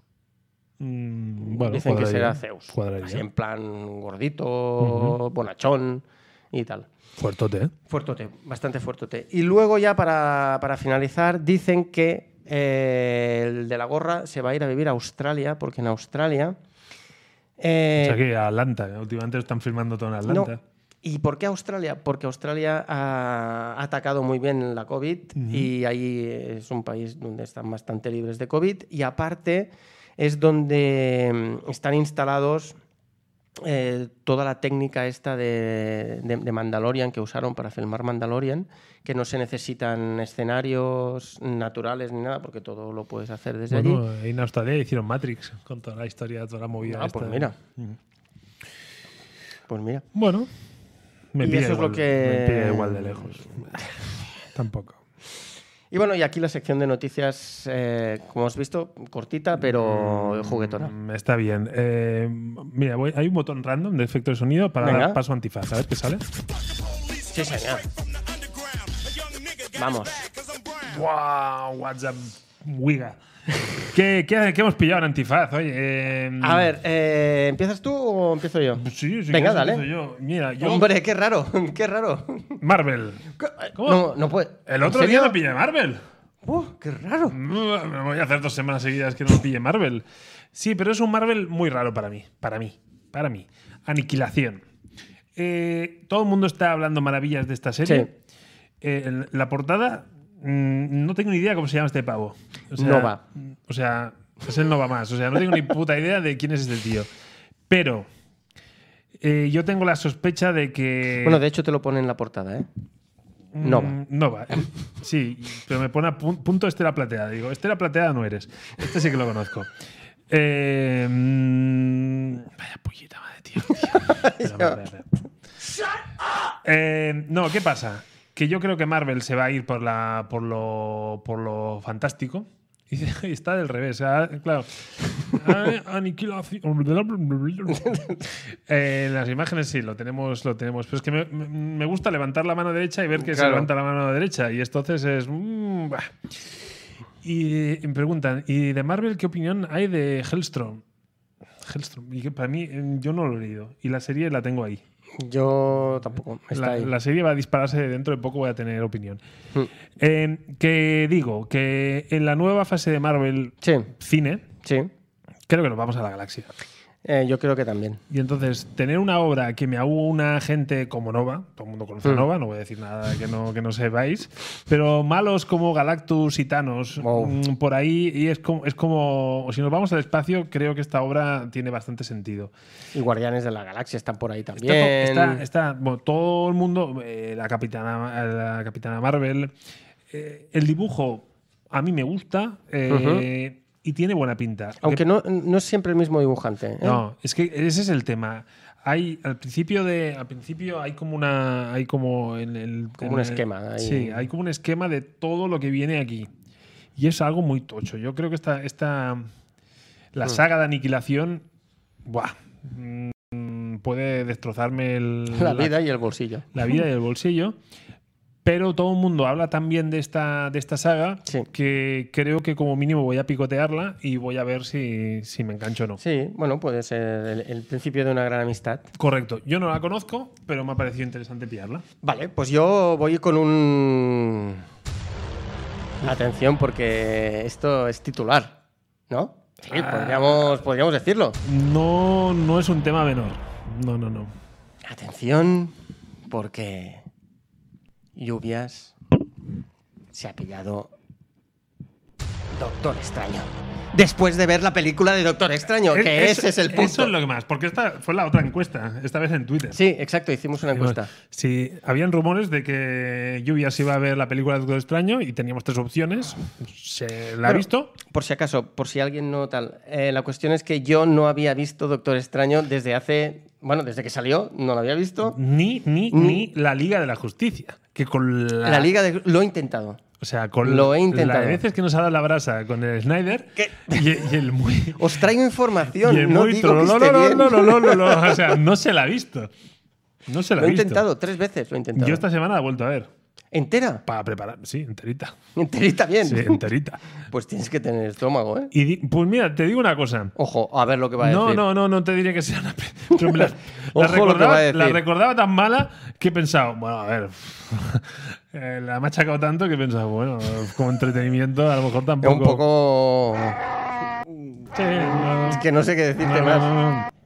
A: Mm, Bueno,
B: dicen que
A: cuadraría,
B: será Zeus.
A: cuadraría.
B: Así en plan gordito, bonachón y tal.
A: Fuertote, ¿eh?
B: Fuertote, bastante fuertote. Y luego ya para, para finalizar, dicen que eh, el de la gorra se va a ir a vivir a Australia, porque en Australia... eh,
A: O sea que Atlanta, ¿eh? últimamente lo están firmando todo en
B: no.
A: Atlanta.
B: ¿Y por qué Australia? Porque Australia ha ha atacado muy bien la COVID y ahí es un país donde están bastante libres de COVID y aparte es donde mm, están instalados eh, toda la técnica esta de, de- de Mandalorian que usaron para filmar Mandalorian, que no se necesitan escenarios naturales ni nada, porque todo lo puedes hacer desde allí.
A: Bueno, ahí en Australia hicieron Matrix con toda la historia, toda la movida.
B: Ah,
A: esta.
B: pues mira. Pues mira.
A: Bueno, me
B: Y
A: pilla
B: eso es lo
A: igual,
B: que-
A: me pilla igual de lejos.
B: (laughs)
A: Tampoco.
B: Y bueno, y aquí la sección de noticias, eh, como has visto, cortita, pero juguetona.
A: Mm, Está bien. Eh, mira, voy- hay un botón random de efecto de sonido para
B: Venga.
A: dar paso a antifaz. A ver qué sale.
B: Sí, señor. Vamos.
A: ¡Wow! What's up, Wiga? ¿Qué, qué, qué hemos pillado en antifaz? Oye, eh,
B: A ver, eh, ¿empiezas tú o empiezo yo?
A: pues Sí, sí,
B: Venga,
A: que
B: dale.
A: empiezo Yo. Mira, yo.
B: Hombre, qué raro, (laughs) qué raro.
A: Marvel. ¿Cómo?
B: No, no puede.
A: El
B: ¿En
A: otro
B: serio?
A: día me pillé Marvel.
B: Uh, qué raro.
A: (laughs) Me voy a hacer dos semanas seguidas que no me pille Marvel. Sí, pero es un Marvel muy raro para mí. Para mí. Para mí. Aniquilación. Eh, todo el mundo está hablando maravillas de esta serie. Eh, en la portada, mm, no tengo ni idea cómo se llama este pavo. O sea,
B: Nova.
A: O sea, es el Nova más. O sea, no tengo ni puta idea de quién es este tío. Pero eh, yo tengo la sospecha de que.
B: Bueno, de hecho te lo pone en la portada, ¿eh? Nova.
A: Mm, Nova. (laughs) Sí, pero me pone a pun- punto Estela Plateada. Digo, Estela Plateada no eres. Este sí que lo conozco. Eh, mm, vaya pollita, madre, tío. tío. Espera, espera, espera. Eh, no, ¿qué pasa? Que yo creo que Marvel se va a ir por, la, por, lo, por lo fantástico. (laughs) Y dice, "Ay, está del revés. ah, claro. Ah, Aniquilación. (laughs) Eh, en las imágenes sí, lo tenemos, lo tenemos. Pero es que me, me- me gusta levantar la mano derecha y ver que se
B: Claro.
A: levanta la mano derecha. Y entonces es. mm, bah. Y me preguntan, ¿y de Marvel qué opinión hay de Hellstrom? Hellstrom, y que para mí, eh, yo no lo he leído. Y la serie la tengo ahí.
B: Yo tampoco. Está
A: La,
B: ahí.
A: la serie va a dispararse dentro de poco, voy a tener opinión.
B: Mm.
A: Eh, que digo, que en la nueva fase de Marvel
B: Sí,
A: cine,
B: sí.
A: creo que nos vamos a la galaxia.
B: Eh, yo creo que también.
A: Y entonces, tener una obra que me una gente como Nova, todo el mundo conoce a
B: Mm.
A: Nova, no voy a decir nada que no, que no sepáis, pero malos como Galactus y Thanos,
B: Wow.
A: mm, por ahí, y es como, es como, si nos vamos al espacio, creo que esta obra tiene bastante sentido.
B: Y Guardianes de la Galaxia están por ahí
A: Está,
B: también.
A: está- está- bueno, todo el mundo, eh, la, capitana, la capitana Marvel, eh, el dibujo a mí me gusta eh, y tiene buena pinta. Lo que
B: Aunque no, no es siempre el mismo dibujante. ¿eh?
A: no, es que ese es el tema. Hay al principio de al principio hay como una hay como en el-
B: Como
A: en
B: un
A: el-
B: esquema, ahí.
A: Sí, hay como un esquema de todo lo que viene aquí. Y es algo muy tocho. Yo creo que esta esta la
B: Mm.
A: saga de aniquilación buah, mm, puede destrozarme el-
B: (laughs) La vida y el bolsillo.
A: la vida y el bolsillo. Pero todo el mundo habla tan bien de esta, de esta saga
B: Sí.
A: que creo que como mínimo voy a picotearla y voy a ver si, si me engancho o no.
B: Sí, bueno, puede ser el, el principio de una gran amistad.
A: Correcto. Yo no la conozco, pero me ha parecido interesante pillarla.
B: Vale, pues yo voy con un. Atención, porque esto es titular, ¿no? Ah. Sí, podríamos, podríamos decirlo.
A: No, no es un tema menor. No, no, no.
B: Atención, porque lluvias se ha pillado Doctor Extraño. Después de ver la película de Doctor Extraño, que
A: Es-
B: ese es el punto.
A: Eso es lo que más, porque esta fue la otra encuesta, esta vez en Twitter.
B: Sí, exacto, hicimos una encuesta.
A: Sí, habían rumores de que Lluvia se iba a ver la película de Doctor Extraño y teníamos tres opciones. ¿Se la ha
B: Bueno,
A: visto?
B: Por si acaso, por si alguien no tal. eh, la cuestión es que yo no había visto Doctor Extraño desde hace. Bueno, desde que salió, no lo había visto.
A: Ni, ni, ni
B: Ni-
A: la Liga de la Justicia. Que con la.
B: La Liga de. Lo he intentado.
A: O sea, con
B: Lo he intentado.
A: las veces que nos ha dado la brasa con el Snyder y, y el
B: (laughs)
A: muy.
B: Os traigo información.
A: Y el
B: no
A: muy
B: digo que
A: trolololo,
B: esté bien.
A: lolololo, O sea, no se la ha visto. No se la
B: Lo
A: ha
B: he
A: visto.
B: intentado tres veces, lo he intentado.
A: Yo esta semana la he vuelto a ver.
B: ¿Entera? (laughs)
A: Para preparar. Sí, enterita.
B: ¿Enterita bien?
A: Sí, enterita.
B: Pues tienes que tener estómago, ¿eh?
A: Y di- pues mira, te digo una cosa.
B: Ojo, a ver lo que va a
A: No,
B: decir.
A: no, no, no te diré que sea una. pe- Yo me
B: (laughs)
A: la, la
B: Ojo lo que
A: recordaba,
B: va a decir.
A: la recordaba tan mala que he pensado, bueno, a ver. (laughs) eh, la he machacado tanto que he pensado, bueno, como entretenimiento, a lo mejor
B: Es
A: tampoco.
B: un poco.
A: Sí, no.
B: Es que no sé qué
A: No,
B: decirte
A: no,
B: (laughs) más.
A: no, no.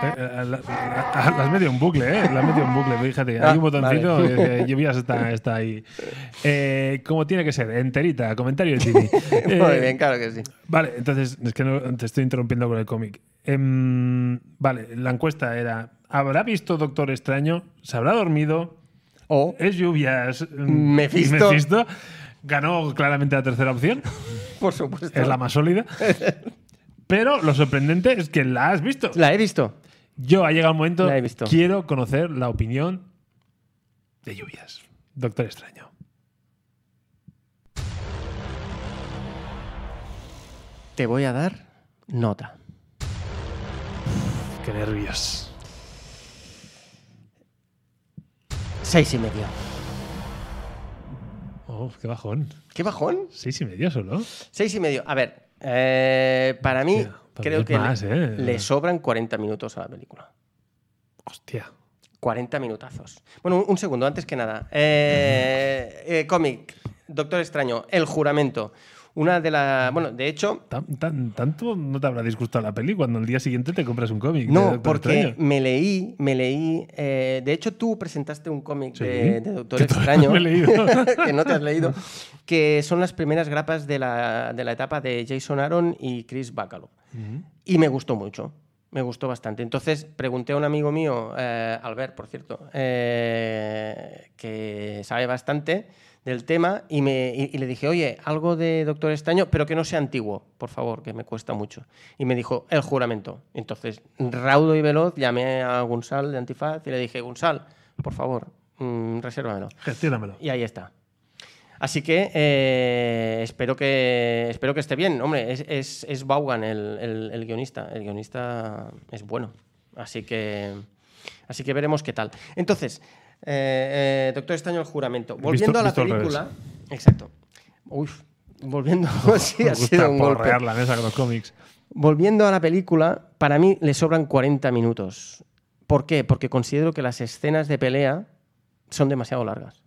A: Eh, eh, la- la- la has metido en bucle, ¿eh? La has metido en bucle, fíjate.
B: Ah,
A: Hay un botoncito
B: vale.
A: que dice, lluvias está, está
B: (laughs)
A: ahí. Eh, como tiene que ser, enterita, comentario de Tini.
B: (laughs) Muy
A: Eh,
B: bien, claro que sí.
A: Vale, entonces, es que no, te estoy interrumpiendo con el cómic. Em, vale, la encuesta era, ¿habrá visto Doctor Extraño? ¿Se habrá dormido?
B: O
A: ¿Es lluvias? mm,
B: Mephisto.
A: Mephisto? Ganó claramente la tercera opción.
B: Por supuesto.
A: Es la más sólida. Pero lo sorprendente es que la has visto.
B: La he visto.
A: Yo ha llegado el momento.
B: La he visto.
A: Quiero conocer la opinión de lluvias. Doctor Extraño.
B: Te voy a dar nota.
A: Qué nervios.
B: Seis y medio.
A: Oh, qué bajón.
B: ¿Qué bajón?
A: Seis y medio solo.
B: Seis y medio. A ver, eh, para mí
A: Hostia, para mí
B: creo
A: es
B: que
A: más,
B: le,
A: ¿eh?
B: le sobran 40 minutos a la película.
A: Hostia.
B: 40 minutazos. Bueno, un, un segundo, antes que nada. Eh, eh, cómic, Doctor Extraño, El Juramento. Una de las... Bueno, de hecho,
A: Tan- tan- tanto no te habrá disgustado la peli cuando el día siguiente te compras un cómic. de
B: No,
A: Doctor
B: porque
A: Extraño.
B: me leí, me leí. eh, de hecho, tú presentaste un cómic
A: Sí,
B: de, de Doctor
A: que todavía
B: Extraño.
A: no me he leído.
B: (laughs) que no te has leído. Que son las primeras mm, grapas de la, de la etapa de Jason Aaron y Chris Bacalo. Y me gustó mucho. Me gustó bastante. Entonces pregunté a un amigo mío, eh, Albert, por cierto, eh, que sabe bastante del tema, y, me, y- y le dije, oye, algo de Doctor Extraño, pero que no sea antiguo, por favor, que me cuesta mucho. Y me dijo, el juramento. Entonces, raudo y veloz, llamé a Gunsal de Antifaz y le dije, Gunsal, por favor, mm, resérvamelo. (laughs)
A: Gestiónamelo.
B: Y ahí está. Así que eh, espero que espero que esté bien. Hombre, es, es, es Vaughan el, el- el guionista. El guionista es bueno. Así que así que veremos qué tal. Entonces, eh, eh, Doctor Extraño el juramento. Volviendo a la
A: visto al revés.
B: película. Exacto. Uf, volviendo. (laughs) sí,
A: Me
B: ha
A: gusta
B: sido un golpe.
A: porrear la mesa con los cómics.
B: Volviendo a la película, para mí le sobran 40 minutos. ¿Por qué? Porque considero que las escenas de pelea son demasiado largas.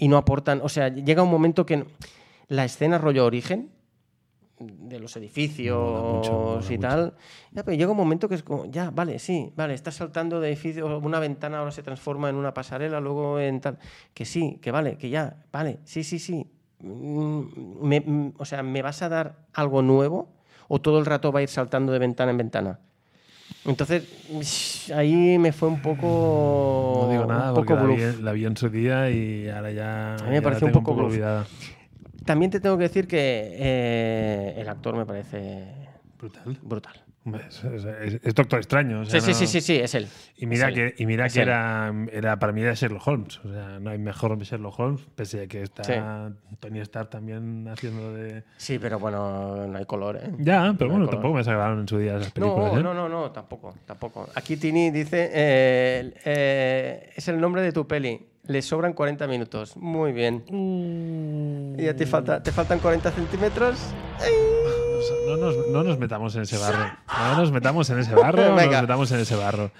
B: Y no aportan. O sea, llega un momento que la escena rollo origen de los edificios
A: Mola mucho, mola
B: y
A: mucho.
B: tal. Ya, pero llega un momento que es como, ya, vale, sí, vale, estás saltando de edificio, una ventana ahora se transforma en una pasarela, luego en tal. Que sí, que vale, que ya, vale, sí, sí, sí. Mm, me- mm, o sea, ¿me vas a dar algo nuevo o todo el rato va a ir saltando de ventana en ventana? Entonces, ahí me fue un poco.
A: No digo nada
B: Oh, un
A: porque
B: poco
A: la
B: bluff.
A: vi, la vi en su día y ahora ya.
B: mí me
A: ya la
B: pareció un
A: tengo
B: poco bluff.
A: olvidada.
B: También te tengo que decir que eh, el actor me parece
A: Brutal.
B: brutal.
A: Es, es- es- es Doctor Extraño. o sea,
B: Sí, sí,
A: no-
B: sí, sí, sí, es él.
A: Y mira
B: Es él.
A: que, y mira
B: Es
A: que
B: él.
A: era, era para mí era Sherlock Holmes. O sea, no hay mejor Sherlock Holmes, pese a que está Tony Stark también haciendo de.
B: Sí, pero bueno, no hay color, ¿eh?
A: Ya, pero bueno,
B: No hay color.
A: tampoco me desagradaron en su día esas películas.
B: No,
A: ¿eh?
B: no, no, no, tampoco, tampoco. Aquí Tini dice, eh, eh, es el nombre de tu peli, le sobran 40 minutos, muy bien. Y a ti falta, te faltan 40 centímetros.
A: O sea, no nos, no nos metamos en ese barro. No nos metamos en ese barro. no
B: Venga.
A: nos metamos en ese barro.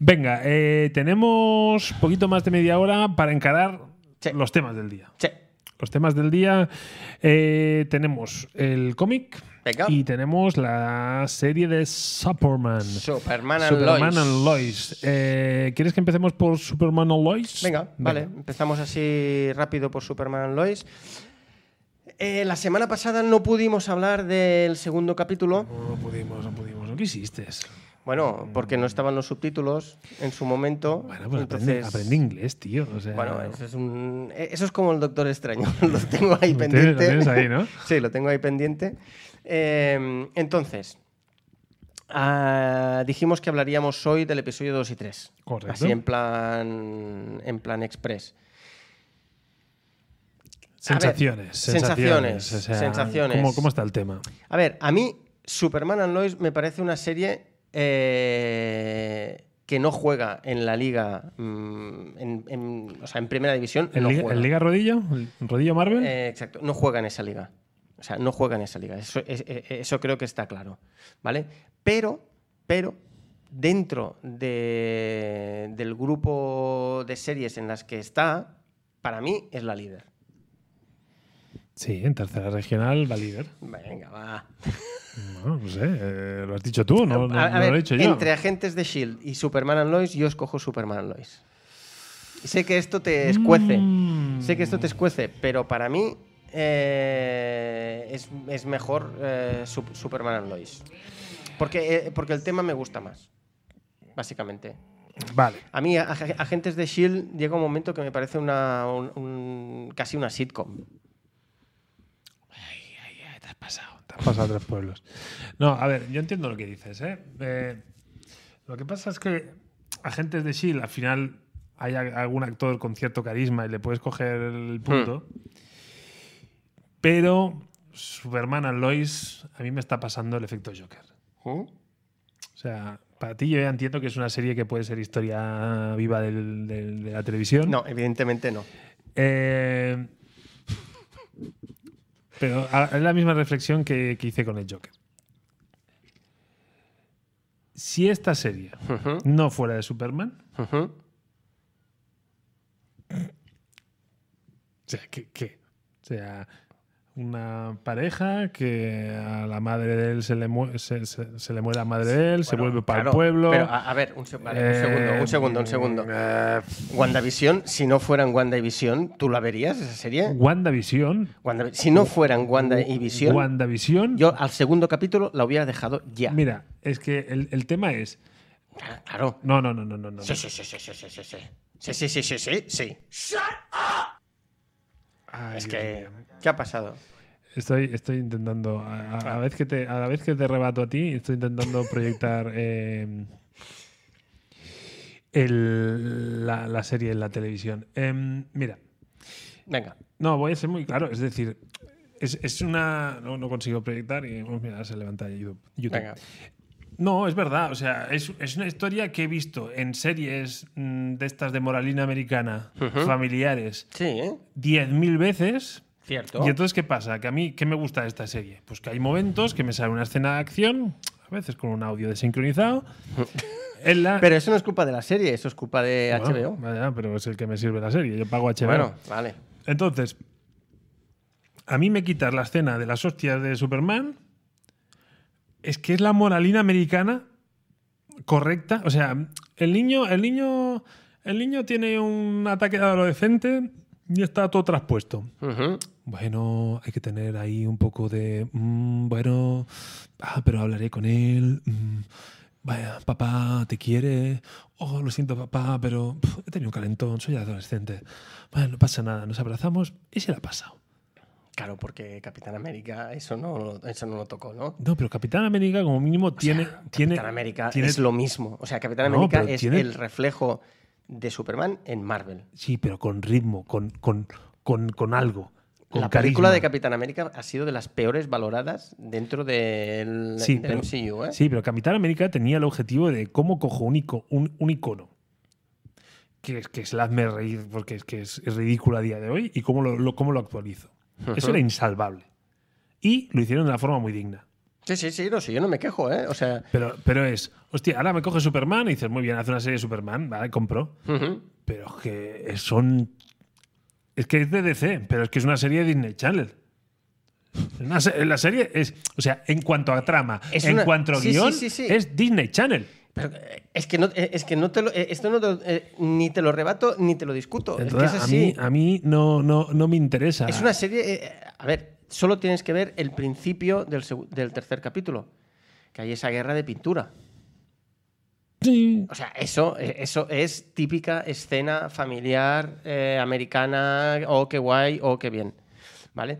A: Venga, eh, tenemos poquito más de media hora para encarar
B: Sí.
A: los temas del día.
B: Sí,
A: Los temas del día eh, tenemos el cómic
B: Venga.
A: y tenemos la serie de Superman.
B: Superman and
A: Superman
B: Lois.
A: and Lois. Eh, ¿Quieres que empecemos por Superman and Lois?
B: Venga, vale, empezamos así rápido por Superman Lois. Eh, la semana pasada no pudimos hablar del segundo capítulo,
A: No pudimos, no pudimos. ¿No quisiste?
B: bueno, porque no estaban los subtítulos en su momento.
A: Bueno, pues aprende,
B: entonces,
A: aprende inglés, tío. O sea,
B: Bueno, eso es, un- eh, eso es como el Doctor Extraño. (laughs) lo tengo ahí
A: Lo tienes-
B: pendiente.
A: lo tienes ahí, ¿no?
B: (laughs) sí, lo tengo ahí pendiente. Eh, entonces, ah, dijimos que hablaríamos hoy del episodio 2 y 3.
A: Correcto.
B: Así en plan, en plan express.
A: sensaciones, sensaciones.
B: sensaciones,
A: o sea,
B: sensaciones.
A: ¿cómo, cómo está el tema?
B: A ver, a mí Superman and Lois me parece una serie eh, que no juega en la liga, mm, en, en- o sea, en primera división.
A: ¿El,
B: no
A: Liga,
B: juega.
A: el Liga Rodillo? ¿El Rodillo Marvel?
B: Eh, exacto, no juega en esa liga. O sea, no juega en esa liga. Eso, es- eh, eso creo que está claro. ¿Vale? Pero, pero, dentro de- del grupo de series en las que está, para mí es la líder.
A: sí, en tercera regional va líder.
B: Venga, va.
A: No, no sé, eh, lo has dicho tú, no, no-
B: A- a
A: no
B: ver,
A: lo he dicho yo.
B: entre agentes de Shield E y Superman and Lois, yo escojo Superman and Lois. Sé que esto te escuece.
A: Mm.
B: Sé que esto te escuece, pero para mí eh, es, es mejor eh, Sup- Superman and Lois. Porque, eh, porque el tema me gusta más, básicamente.
A: Vale.
B: A mí, Ag- Ag- Agentes de Shield E llega un momento que me parece una, un- un- casi una sitcom.
A: Te has pasado, te has pasado a tres pueblos. No, a ver, yo entiendo lo que dices, ¿eh? Eh, Lo que pasa es que Agentes de S.H.I.E.L.D. al final hay a- algún actor con cierto carisma y le puedes coger el punto. Pero Superman and Lois a mí me está pasando el efecto Joker.
B: ¿Mm?
A: O sea, para ti yo ya entiendo que es una serie que puede ser historia viva del- del- de la televisión.
B: No, evidentemente no. (laughs)
A: Eh, pero a- es la misma reflexión que, que hice con el Joker. Si esta serie
B: Ujú,
A: no fuera de Superman,
B: ujú.
A: o sea, ¿qué? qué? O sea, una pareja que a la madre de él se le, mu- se, se- se le muere la madre de él, se
B: Bueno,
A: vuelve para
B: claro,
A: el pueblo.
B: Pero, a, a ver, un, se- vale, un segundo,
A: Eh,
B: un segundo, un segundo.
A: eh,
B: WandaVision, si no fueran WandaVision, ¿tú la verías esa serie?
A: WandaVision.
B: Wanda- si no fueran Wanda Eh, y Visión,
A: WandaVision.
B: yo al segundo capítulo la hubiera dejado ya.
A: Mira, es que el, el tema es.
B: Ah, Claro.
A: No, no, no, no, no. no.
B: Sí, sí, sí, sí, sí, sí, sí, sí. Sí, sí, sí, sí, sí, sí.
A: Ay,
B: Es
A: Dios
B: que,
A: mío.
B: ¿qué ha pasado?
A: Estoy, estoy intentando. A, a- a vez que te, a la vez que te rebato a ti, estoy intentando proyectar (laughs) eh, el- la, la serie en la televisión. Em, mira,
B: Venga.
A: no, voy a ser muy claro. Es decir, es, es una. No, no consigo proyectar y bueno, mira, se levanta YouTube. YouTube.
B: Venga.
A: No, es verdad. O sea, es, es una historia que he visto en series mm, de estas de moralina americana, familiares,
B: Sí, ¿eh?
A: 10.000 veces.
B: Cierto.
A: Y entonces, ¿qué pasa? Que a mí, ¿qué me gusta de esta serie? Pues que hay momentos que me sale una escena de acción, a veces con un audio
B: (laughs)
A: desincronizado. en la...
B: Pero eso no es culpa de la serie, eso es culpa de
A: Bueno,
B: HBO.
A: vaya, pero es el que me sirve la serie. Yo pago HBO.
B: Bueno, vale.
A: Entonces, a mí me quitas la escena de las hostias de Superman. Es que es la moralina americana correcta. O sea, el niño, el niño, el niño tiene un ataque de adolescente y está todo traspuesto.
B: Ujú.
A: Bueno, hay que tener ahí un poco de. mm, bueno, ah, pero hablaré con él. mm, vaya, papá, te quiere. Oh, lo siento, papá, pero pf, he tenido un calentón, soy adolescente. Bueno, no pasa nada, nos abrazamos y se la ha pasado.
B: Claro, porque Capitán América eso no, lo- eso no lo tocó, ¿no?
A: No, pero Capitán América, como mínimo, tiene. tiene
B: Capitán América
A: tiene-
B: es lo mismo. O sea, Capitán
A: No,
B: América
A: pero
B: es
A: tiene-
B: el reflejo de Superman en Marvel.
A: Sí, pero con ritmo, con, con, con, con algo. Con
B: la película
A: carisma.
B: de Capitán América ha sido de las peores valoradas dentro del,
A: Sí,
B: del
A: pero,
B: MCU, ¿eh?
A: sí, pero Capitán América tenía el objetivo de cómo cojo un, ico- un, un icono. Que es, que es el hazme reír porque es que es, es ridículo a día de hoy y cómo lo, lo- cómo lo actualizo. Eso
B: Ujú.
A: era insalvable. Y lo hicieron de una forma muy digna.
B: sí, sí, sí, no, sí, yo no me quejo, ¿eh? O sea,
A: Pero, pero es, hostia, ahora me coge Superman y dices, muy bien, hace una serie de Superman, vale, compró.
B: ujú.
A: Pero es que son. Es que es de DC, pero es que es una serie de Disney Channel. Una se- la serie es. O sea, en cuanto a trama,
B: Es
A: en
B: una-
A: cuanto a
B: sí, sí,
A: guión,
B: sí, sí.
A: es Disney Channel.
B: Pero, eh, es que no, eh, es que no te lo, eh, esto no te lo- eh, ni te lo rebato ni te lo discuto.
A: Entonces,
B: es que es
A: a
B: así.
A: mí, a mí no, no, no me interesa.
B: Es una serie. eh, eh, a ver, solo tienes que ver el principio del, segu- del tercer capítulo. Que hay esa guerra de pintura.
A: Sí.
B: O sea, eso, eh, eso es típica escena familiar eh, americana. Oh, qué guay, oh, qué bien. ¿Vale?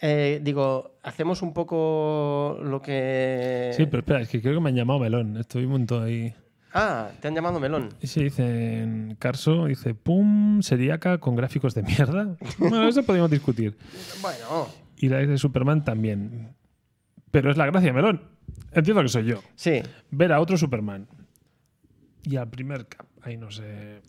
B: Eh, digo, hacemos un poco lo que.
A: Sí, pero espera, es que creo que me han llamado Melón. Estoy un montón ahí.
B: Ah, te han llamado Melón.
A: Y se dicen Carso, dice pum, seriaca con gráficos de
B: (laughs)
A: mierda. Bueno, eso podemos discutir.
B: Bueno.
A: Y la de Superman también. Pero es la gracia, Melón. Entiendo que soy yo.
B: Sí,
A: ver a otro Superman y al primer cap, ahí no sé.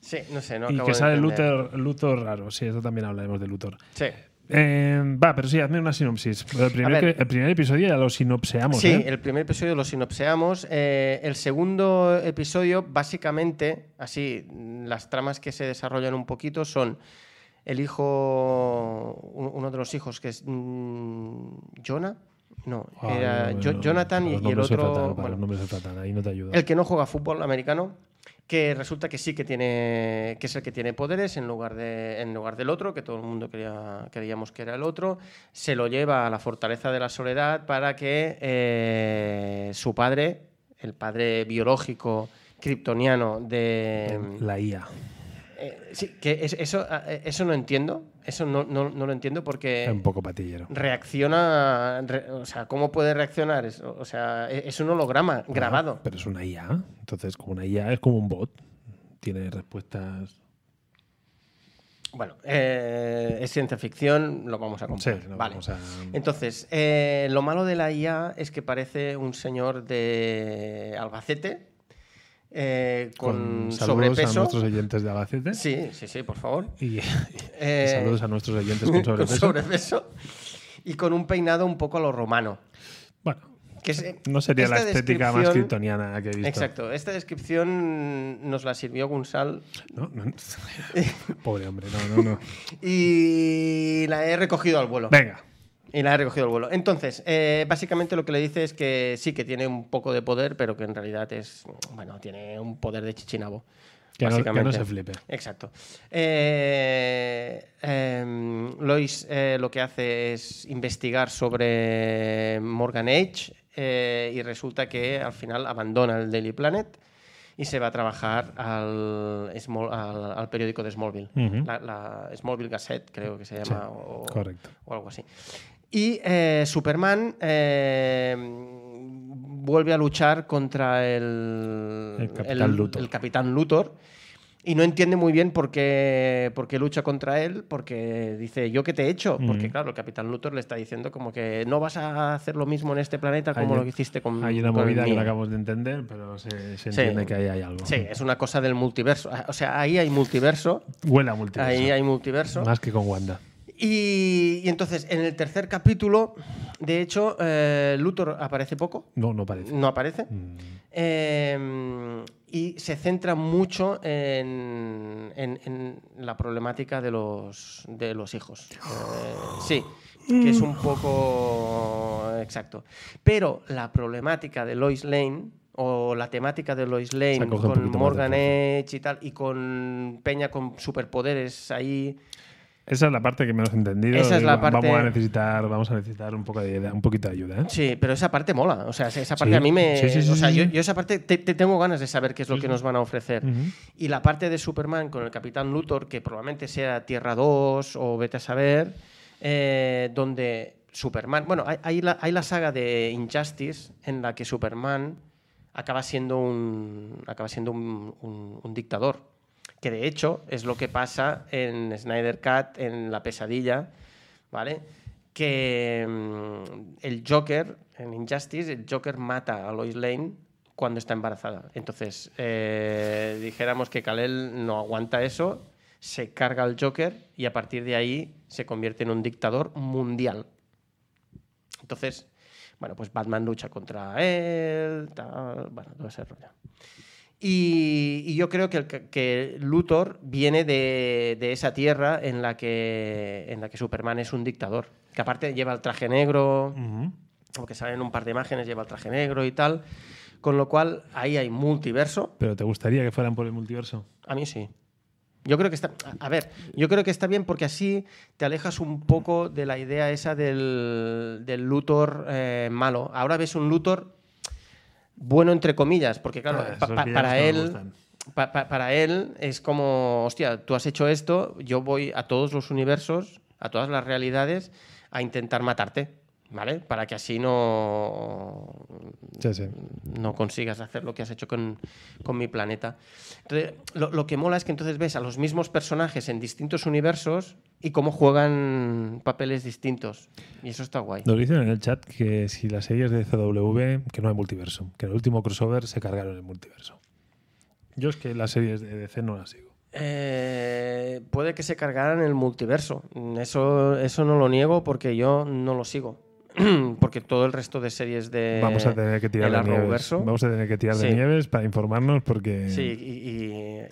B: sí, no sé, no
A: y
B: acabo
A: que
B: de
A: sale
B: entender.
A: Luthor, Luthor raro, sí, eso también hablaremos de Luthor.
B: Sí.
A: Eh, va, pero sí, hazme una sinopsis. Pero El primer,
B: ver.
A: que- el primer episodio ya lo sinopseamos.
B: Sí,
A: ¿eh?
B: el primer episodio lo sinopseamos. Eh, el segundo episodio, básicamente, así, las tramas que se desarrollan un poquito son el hijo, un- uno de los hijos que es mm, Jonah, no,
A: Ay,
B: era
A: no,
B: Jo-
A: no,
B: Jonathan
A: no,
B: y,
A: los
B: y el
A: nombres se
B: otro,
A: tratan, para
B: bueno,
A: los nombres se tratan, ahí no te ayudo.
B: el que no juega fútbol americano, que resulta que sí que tiene, que es el que tiene poderes en lugar, de, en lugar del otro, que todo el mundo creía- creíamos que era el otro, se lo lleva a la fortaleza de la soledad para que eh, su padre, el padre biológico kryptoniano de...
A: la IA.
B: eh, sí, que es- eso, eh, eso no entiendo, eso no, no- no lo entiendo porque
A: Es un poco patillero.
B: reacciona, re- o sea, ¿cómo puede reaccionar? Es- o sea, e, es es un holograma grabado.
A: Ah, pero es una IA. Entonces, como una IA es como un bot. Tiene respuestas.
B: Bueno, eh, es ciencia ficción, lo vamos a comprar.
A: Sí, lo
B: vale.
A: vamos a-
B: Entonces, eh, lo malo de la IA es que parece un señor de Albacete eh, con,
A: saludos a
B: sobrepeso.
A: nuestros oyentes de Albacete.
B: Sí, sí, sí, por favor.
A: Y, y
B: Eh,
A: saludos a nuestros oyentes con
B: (laughs) con
A: sobrepeso.
B: sobrepeso y con un peinado un poco a lo romano.
A: Bueno,
B: Que es- eh,
A: No sería la
B: esta
A: estética más
B: descripción-
A: kryptoniana que he visto.
B: Exacto, esta descripción nos la sirvió Gunsal
A: No,
B: (laughs)
A: no. Pobre hombre, no, no, no.
B: y la he recogido al vuelo.
A: Venga,
B: Y la ha recogido el vuelo. Entonces, eh, básicamente lo que le dice es que sí, que tiene un poco de poder, pero que en realidad es. Bueno, tiene un poder de chichinabo.
A: Que no- que no
B: básicamente.
A: se flipe.
B: Exacto. Eh, em, Lois eh, lo que hace es investigar sobre Morgan Edge eh, y resulta que al final abandona el Daily Planet y se va a trabajar al, Small- al- al periódico de Smallville.
A: Ujú.
B: la, la Smallville Gazette, creo que se llama. o-
A: correcto.
B: o algo así. Y eh, Superman eh, vuelve a luchar contra el,
A: El Capitán Luthor.
B: el Capitán Luthor y no entiende muy bien por qué, por qué lucha contra él, porque dice, ¿yo qué te he hecho? Porque
A: Mm.
B: claro, el Capitán Luthor le está diciendo como que no vas a hacer lo mismo en este planeta como
A: Hay-
B: lo que hiciste con
A: Hay una
B: con el
A: movida que
B: mío".
A: no acabamos de entender, pero se, se
B: Sí.
A: entiende que ahí hay algo.
B: Sí, es una cosa del multiverso. Ah, O sea, ahí hay multiverso.
A: Huele a multiverso.
B: Ahí hay multiverso.
A: Más que con Wanda.
B: Y, y entonces, en el tercer capítulo, de hecho, eh, Luthor aparece poco,
A: No, no parece.
B: no aparece,
A: Mm.
B: eh, y se centra mucho en, en- en la problemática de los, de los hijos. Eh, sí, que es un poco exacto. Pero la problemática de Lois Lane o la temática de Lois Lane
A: coge un
B: con
A: poquito más de
B: Morgan
A: fuerza.
B: Edge y tal, y con Peña con superpoderes ahí,
A: Esa es la parte que menos he entendido.
B: Esa es la
A: Va- vamos
B: parte-
A: a necesitar, vamos a necesitar un poco de ayuda- un poquito de ayuda. ¿eh?
B: Sí, pero esa parte mola. O sea, esa parte
A: Sí.
B: a mí me.
A: Sí, sí, sí,
B: o sea,
A: sí,
B: yo,
A: sí.
B: yo esa parte te, te tengo ganas de saber qué es lo que nos van a ofrecer.
A: Ujú.
B: Y la parte de Superman con el Capitán Luthor, que probablemente sea Tierra 2 o vete a saber, eh, donde Superman. Bueno, hay, hay la, hay la saga de Injustice en la que Superman acaba siendo un, acaba siendo un, un- un dictador. Que de hecho es lo que pasa en Snyder Cut, en La Pesadilla, ¿vale? Que mm, el Joker, en Injustice, el Joker mata a Lois Lane cuando está embarazada. Entonces, eh, dijéramos que Kalel no aguanta eso, se carga al Joker y a partir de ahí se convierte en un dictador mundial. Entonces, bueno, pues Batman lucha contra él, tal, bueno, todo ese rollo. Y, y yo creo que, el ca- que Luthor viene de, de esa tierra en la, que, en la que Superman es un dictador. Que aparte lleva el traje negro,
A: Ujú.
B: porque salen un par de imágenes, lleva el traje negro y tal. Con lo cual, ahí hay multiverso.
A: Pero ¿te gustaría que fueran por el multiverso?
B: A mí sí. Yo creo que está. A a ver, yo creo que está bien porque así te alejas un poco de la idea esa del, del Luthor eh, malo. Ahora ves un Luthor bueno, entre comillas, porque claro,
A: Ah, esos
B: pa- pa-
A: villanos
B: para
A: que no me
B: él.
A: gustan.
B: pa- pa- para él es como, hostia, tú has hecho esto, yo voy a todos los universos, a todas las realidades, a intentar matarte, ¿vale? Para que así no,
A: Sí, sí.
B: no consigas hacer lo que has hecho con, con mi planeta. Entonces, lo, lo que mola es que entonces ves a los mismos personajes en distintos universos y cómo juegan papeles distintos. Y eso está guay.
A: Nos dicen en el chat que si las series de CW, que no hay multiverso, que en el último crossover se cargaron el multiverso. Yo es que las series de DC no las sigo.
B: Eh, puede que se cargaran el multiverso. Eso, eso no lo niego porque yo no lo sigo. (clears throat) porque todo el resto de series de.
A: Vamos a tener que tirar
B: el
A: de nieves.
B: Arrowverso.
A: Vamos a tener que tirar de
B: Sí.
A: nieves para informarnos porque
B: Sí, y,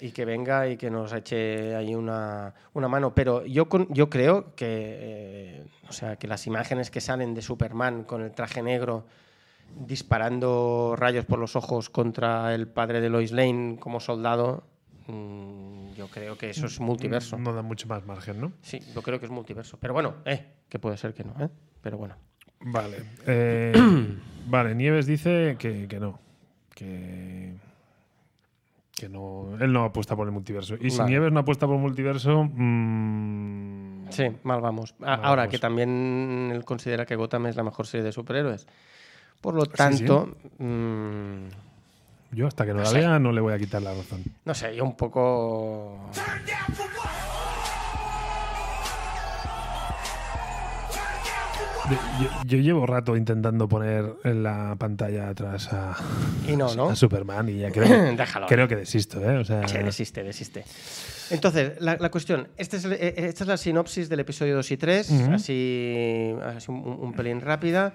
B: y- y que venga y que nos eche ahí una, una mano. Pero yo, con- yo creo que, eh, o sea, que las imágenes que salen de Superman con el traje negro disparando rayos por los ojos contra el padre de Lois Lane como soldado, mm, yo creo que eso es multiverso.
A: no da mucho más margen, ¿no?
B: Sí, yo creo que es multiverso. Pero bueno, eh, que puede ser que no, eh, Pero bueno.
A: Vale.
B: (clears throat)
A: Eh, vale, Nieves dice que, que no. Que, que no. Él no apuesta por el multiverso. Y si
B: Vale.
A: Nieves no apuesta por el multiverso. mm,
B: Sí, mal vamos. A-
A: Mal
B: Ahora
A: vamos.
B: que también él considera que Gotham es la mejor serie de superhéroes. Por lo
A: sí.
B: tanto, mm,
A: Yo hasta que no la
B: sé.
A: vea no le voy a quitar la razón.
B: no sé, yo un poco...
A: De- Yo, yo llevo rato intentando poner en la pantalla atrás a,
B: Y no, ¿no?
A: a Superman y ya
B: (clears throat)
A: creo,
B: (coughs) Déjalo.
A: creo que desisto, ¿eh? O sea,
B: Sí, desiste, desiste. Entonces, la, la cuestión, este es el- eh, esta es la sinopsis del episodio 2 y 3,
A: Ujú.
B: así, así un, un pelín rápida.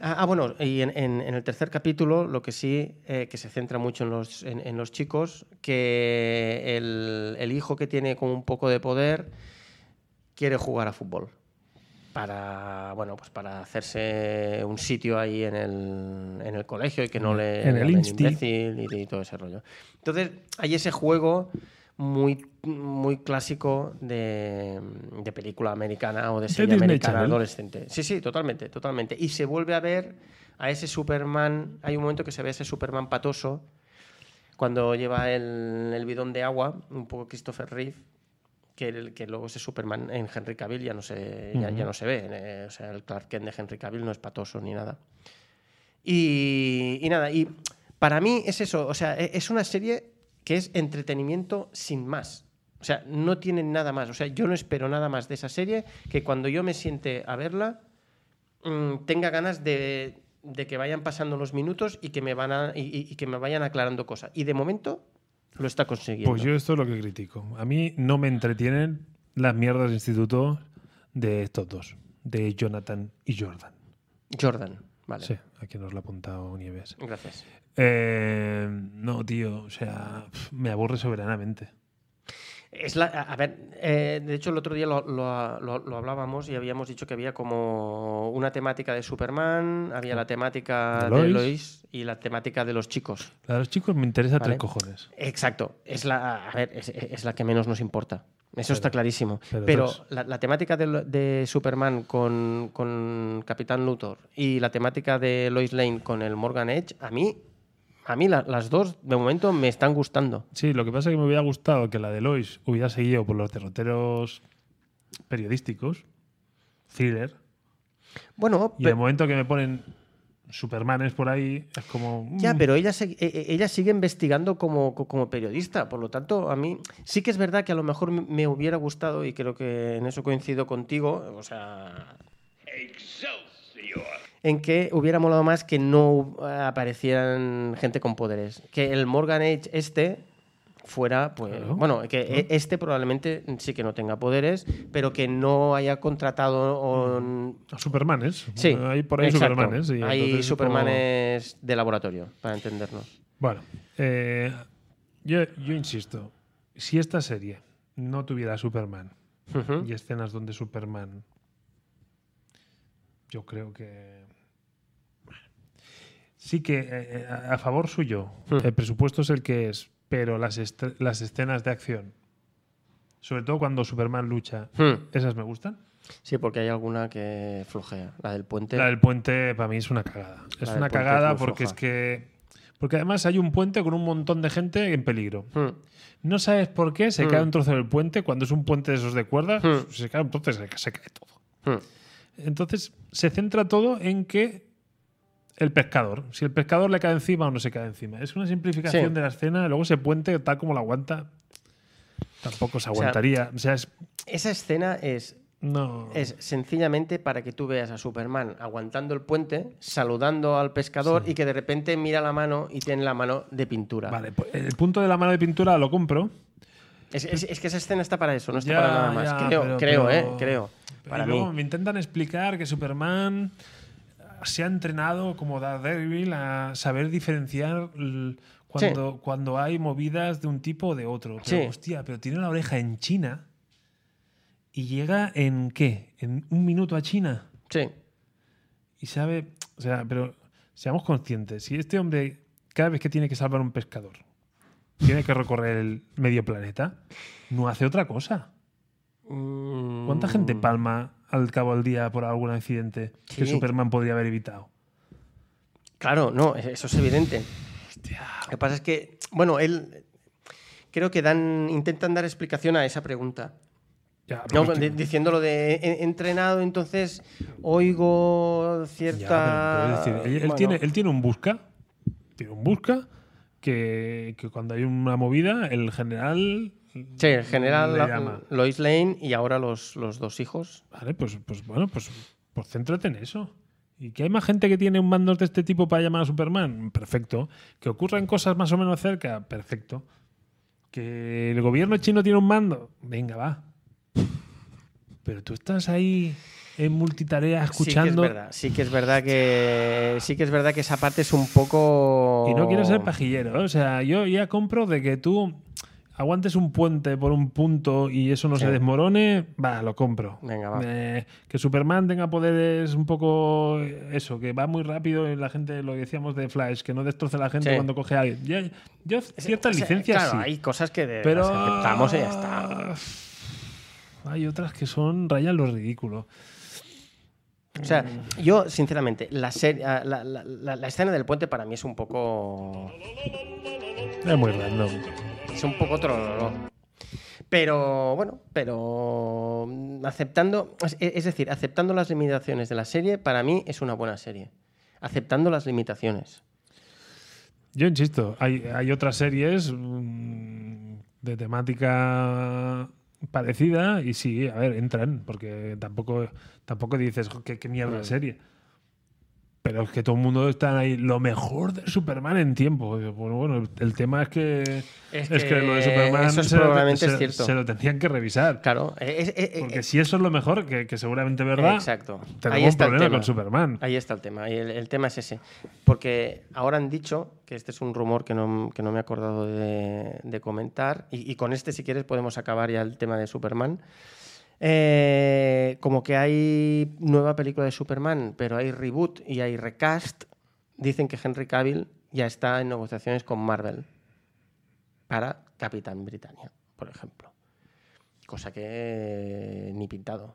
B: Ah, ah, bueno, y en, en- en el tercer capítulo, lo que sí, eh, que se centra mucho en los, en, en los chicos, que el, el hijo que tiene como un poco de poder quiere jugar a fútbol. para bueno pues para hacerse un sitio ahí en el, en el colegio y que no le
A: En el
B: llamen
A: Insti.
B: imbécil y, y todo ese rollo. Entonces hay ese juego muy, muy clásico de, de película americana o de serie
A: Disney
B: americana
A: Channel.
B: adolescente. Sí, sí, totalmente, totalmente. Y se vuelve a ver a ese Superman, hay un momento que se ve a ese Superman patoso cuando lleva el, el bidón de agua, un poco Christopher Reeve, que, el- que luego ese Superman en Henry Cavill ya no se, ya, ya no se ve. eh, o sea, el Clark Kent de Henry Cavill no es patoso ni nada. Y, y nada, y para mí es eso, o sea, e- es una serie que es entretenimiento sin más. O sea, no tienen nada más. O sea, yo no espero nada más de esa serie que cuando yo me siente a verla, mm, tenga ganas de, de que vayan pasando los minutos y que, me van a- y- y- y que me vayan aclarando cosas. Y de momento lo está consiguiendo.
A: Pues yo esto es lo que critico. A mí no me entretienen las mierdas de instituto de estos dos, de Jonathan y Jordan.
B: Jordan, vale.
A: Sí, aquí nos lo ha apuntado Nieves.
B: Gracias.
A: Eh, no, tío, o sea, pf, me aburre soberanamente.
B: Es la, a a ver, eh, de hecho el otro día lo, lo- lo- lo hablábamos y habíamos dicho que había como una temática de Superman, había la temática
A: De
B: de
A: Lois.
B: Lois, y la temática de los chicos.
A: A los chicos me interesa
B: Vale.
A: tres cojones.
B: Exacto, es la, a ver, es, es la que menos nos importa. Eso está clarísimo.
A: pero
B: Pero,
A: entonces-
B: la, la temática de, lo- de Superman con, con Capitán Luthor y la temática de Lois Lane con el Morgan Edge, a mí, a mí la- las dos de momento me están gustando.
A: Sí, lo que pasa es que me hubiera gustado que la de Lois hubiera seguido por los derroteros periodísticos, thriller,
B: Bueno,
A: y
B: pe-
A: de momento que me ponen Supermanes por ahí, es como... mm,
B: Ya, pero ella, se- e- e- ella sigue investigando como, co- como periodista, por lo tanto, a mí sí que es verdad que a lo mejor me- me hubiera gustado, y creo que en eso coincido contigo, o sea, en que hubiera molado más que no eh, aparecieran gente con poderes. Que el Morgan Age este fuera, pues,
A: Claro,
B: bueno, que e- este probablemente sí que no tenga poderes, pero que no haya contratado o n-
A: Supermanes.
B: Sí,
A: Mm. Hay por ahí
B: exacto.
A: Supermanes. y
B: Hay
A: entonces es como-
B: Supermanes de laboratorio, para entendernos.
A: Bueno, eh, yo, yo insisto, si esta serie no tuviera a Superman
B: Ujú.
A: y escenas donde Superman, yo creo que... Sí que eh, eh, a a favor suyo,
B: Hmm.
A: el presupuesto es el que es, pero las, estre- las escenas de acción, sobre todo cuando Superman lucha,
B: Hmm.
A: esas me gustan.
B: Sí, porque hay alguna que flojea. La del puente.
A: La del puente para mí es una cagada. Es una
B: del puente es
A: cagada
B: muy
A: porque es
B: floja.
A: que... Porque además hay un puente con un montón de gente en peligro.
B: Hmm.
A: No sabes por qué se
B: Mm.
A: cae un trozo del puente cuando es un puente de esos de cuerdas,
B: Mm.
A: se cae un trozo y se, se cae todo.
B: Hmm.
A: Entonces se centra todo en que el pescador, si el pescador le cae encima o no se cae encima. Es una simplificación
B: Sí.
A: de la escena, luego ese puente tal como lo aguanta tampoco se aguantaría, o sea, es
B: Esa escena es,
A: no
B: es sencillamente para que tú veas a Superman aguantando el puente, saludando al pescador y que de repente mira la mano y tiene la mano de pintura.
A: Vale, pues, el punto de la mano de pintura lo compro.
B: Es, es- es que esa escena está para eso, no está
A: Ya,
B: para nada más.
A: ya,
B: creo,
A: pero-
B: creo,
A: pero-
B: eh, creo.
A: pero
B: Para
A: y luego
B: mí.
A: me intentan explicar que Superman ah, se ha entrenado como Daredevil a saber diferenciar l- cuando, cuando hay movidas de un tipo o de otro. Pero,
B: Sí.
A: hostia, pero tiene la oreja en China y llega en qué? En un minuto a China
B: Sí.
A: y sabe, o sea, pero seamos conscientes, si este hombre cada vez que tiene que salvar un pescador, tiene que recorrer el medio planeta, no hace otra cosa. ¿Cuánta gente palma al cabo del día por algún accidente que
B: Sí.
A: Superman podría haber evitado?
B: Claro, no, eso es evidente. Lo que pasa es que, bueno, él. Creo que dan, intentan dar explicación a esa pregunta.
A: Ya, este-
B: No,
A: porque-
B: di- diciendo lo de he- he entrenado, entonces oigo
A: Ya, pero-
B: cierta.
A: pero es decir, él, él
B: Bueno,
A: tiene, él tiene un busca, tiene un busca que, que cuando hay una movida, el general...
B: Sí, el general
A: le
B: la-
A: llama.
B: Lois Lane y ahora los, los dos hijos.
A: Vale, pues, pues bueno, pues, pues céntrate en eso. Y que hay más gente que tiene un mando de este tipo para llamar a Superman, perfecto. Que ocurran cosas más o menos cerca, perfecto. Que el gobierno chino tiene un mando, venga, va. Pero tú estás ahí en multitarea escuchando
B: Sí que es verdad, sí que es verdad que, sí que, es verdad que esa parte es un poco. Oh.
A: y no quiero ser pajillero. ¿eh? O sea, yo ya compro de que tú aguantes un puente por un punto y eso no
B: Sí.
A: se desmorone, va, lo compro.
B: Venga, va.
A: Eh, que Superman tenga poderes un poco eh, eso, que va muy rápido y la gente, lo que decíamos de Flash, que no destroce a la gente
B: Sí.
A: cuando coge a alguien. Ya- Yo, ciertas
B: O sea,
A: licencias
B: Claro,
A: sí,
B: hay cosas que de-
A: pero
B: las aceptamos y ya está.
A: Hay otras que son rayan lo ridículo.
B: O sea, yo, sinceramente, la, ser- ah, la- la- la- la escena del puente para mí es un poco.
A: Es muy random.
B: Es un poco trololó. Pero bueno, pero mm, aceptando, es- e, es decir, aceptando las limitaciones de la serie, para mí es una buena serie. Aceptando las limitaciones.
A: Yo insisto, hay, hay otras series mm, de temática parecida y sí, a ver, entran, porque tampoco, tampoco dices "Jo, qué, qué mierda de serie. Pero es que todo el mundo está ahí, lo mejor de Superman en tiempo. Y yo, Bueno, bueno, el- el tema es que,
B: Es
A: es que lo de
B: que
A: Superman
B: eso es
A: se, lo-
B: probablemente
A: se-
B: es cierto.
A: se lo tendrían que revisar.
B: Claro, e, es- es- es-
A: Porque
B: es-
A: si eso es lo mejor, que, que seguramente es verdad,
B: Exacto. Ahí
A: tenemos un
B: está el
A: problema
B: tema.
A: con Superman.
B: Ahí está el tema, y el, el tema es ese. Porque ahora han dicho, que este es un rumor que no, que no me he acordado de, de comentar, y, y con este si quieres podemos acabar ya el tema de Superman. Eh, como que hay nueva película de Superman, pero hay reboot y hay recast, dicen que Henry Cavill ya está en negociaciones con Marvel para Capitán Britannia, por ejemplo. Cosa que eh, ni pintado.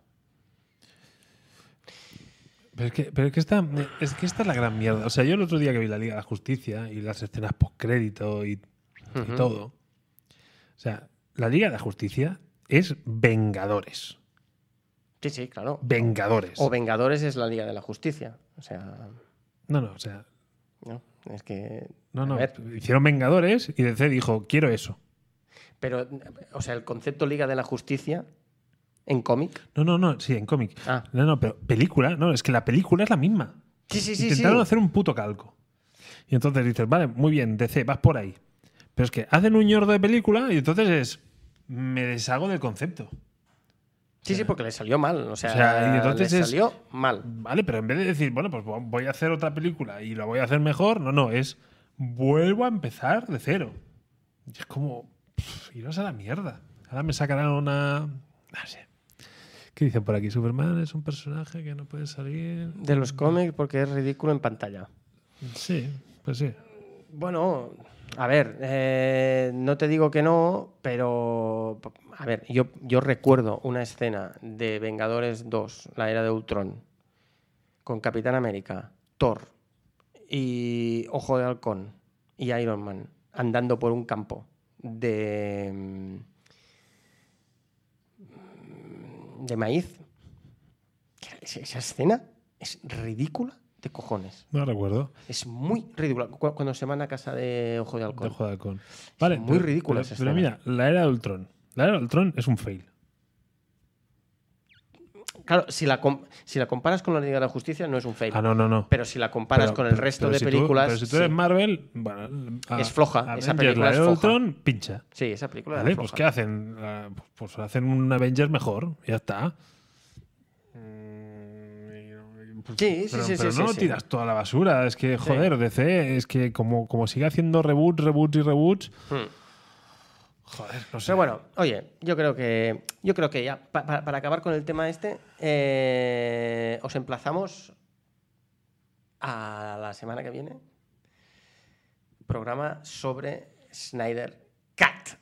A: Pero es que, pero es que esta, es que esta es la gran mierda. O sea, yo el otro día que vi la Liga de la Justicia y las escenas postcrédito y, y
B: Ujú.
A: todo. O sea, la Liga de la Justicia es Vengadores.
B: Sí, sí, claro.
A: Vengadores.
B: O Vengadores es la Liga de la Justicia. O sea,
A: no, no, o sea.
B: no, es que.
A: No,
B: a
A: no.
B: ver,
A: Hicieron Vengadores y DC dijo, quiero eso.
B: pero, o sea, el concepto Liga de la Justicia en cómic.
A: No, no, no, sí, en cómic.
B: Ah.
A: No, no, pero película, no, es que la película es la misma.
B: Sí, sí, sí.
A: Intentaron
B: sí.
A: hacer un puto calco. Y entonces dices, vale, muy bien, DC, vas por ahí. Pero es que hacen un ñordo de película y entonces es. Me deshago del concepto.
B: Sí, sí, porque le salió mal. O sea,
A: O sea, y entonces
B: le
A: es-
B: salió mal.
A: Vale, pero en vez de decir, bueno, pues voy a hacer otra película y la voy a hacer mejor, no, no, es. Vuelvo a empezar de cero. Y es como. pff, iros a la mierda. Ahora me sacarán una. No sé. ¿Qué dicen por aquí? Superman es un personaje que no puede salir.
B: De los cómics porque es ridículo en pantalla.
A: Sí, pues sí.
B: Bueno, a ver, eh, no te digo que no, pero a ver, yo, yo recuerdo una escena de Vengadores 2, la era de Ultron, con Capitán América, Thor y Ojo de Halcón y Iron Man andando por un campo de, mm, de maíz. Esa esa escena es ridícula de cojones.
A: No recuerdo.
B: Es muy ridícula cu- cuando se van a casa de Ojo de Halcón.
A: de Ojo de Halcón. Vale,
B: muy
A: pero-
B: ridícula
A: pero-
B: esa
A: Pero
B: escena.
A: mira, la era de Ultron. La era de Ultron es un fail.
B: Claro, si la, com- si la comparas con la Liga de la Justicia no es un fail.
A: Ah, no, no, no.
B: Pero si la Eh, comparas
A: Pero-
B: con el
A: pero-
B: resto
A: pero
B: de
A: si tú-
B: películas...
A: pero si tú
B: sí.
A: eres Marvel, bueno, a-
B: Es floja, esa
A: Avengers,
B: película
A: la
B: es
A: era de
B: floja.
A: Ultron, pincha.
B: Sí, esa película
A: Vale,
B: era
A: pues
B: floja.
A: ¿qué hacen? Ah, Pues hacen un Avengers mejor, ya está. Mm, y- pues-
B: Sí, sí,
A: pero,
B: sí, sí,
A: pero
B: sí,
A: no
B: sí.
A: tiras toda la basura. Es que, joder, DC, es que como, como sigue haciendo reboots, reboots y reboots,
B: Hmm.
A: joder, no sé.
B: Pero bueno, oye, yo creo que, yo creo que ya, pa- pa- para acabar con el tema este, eh, os emplazamos a la semana que viene. Programa sobre Snyder Cat.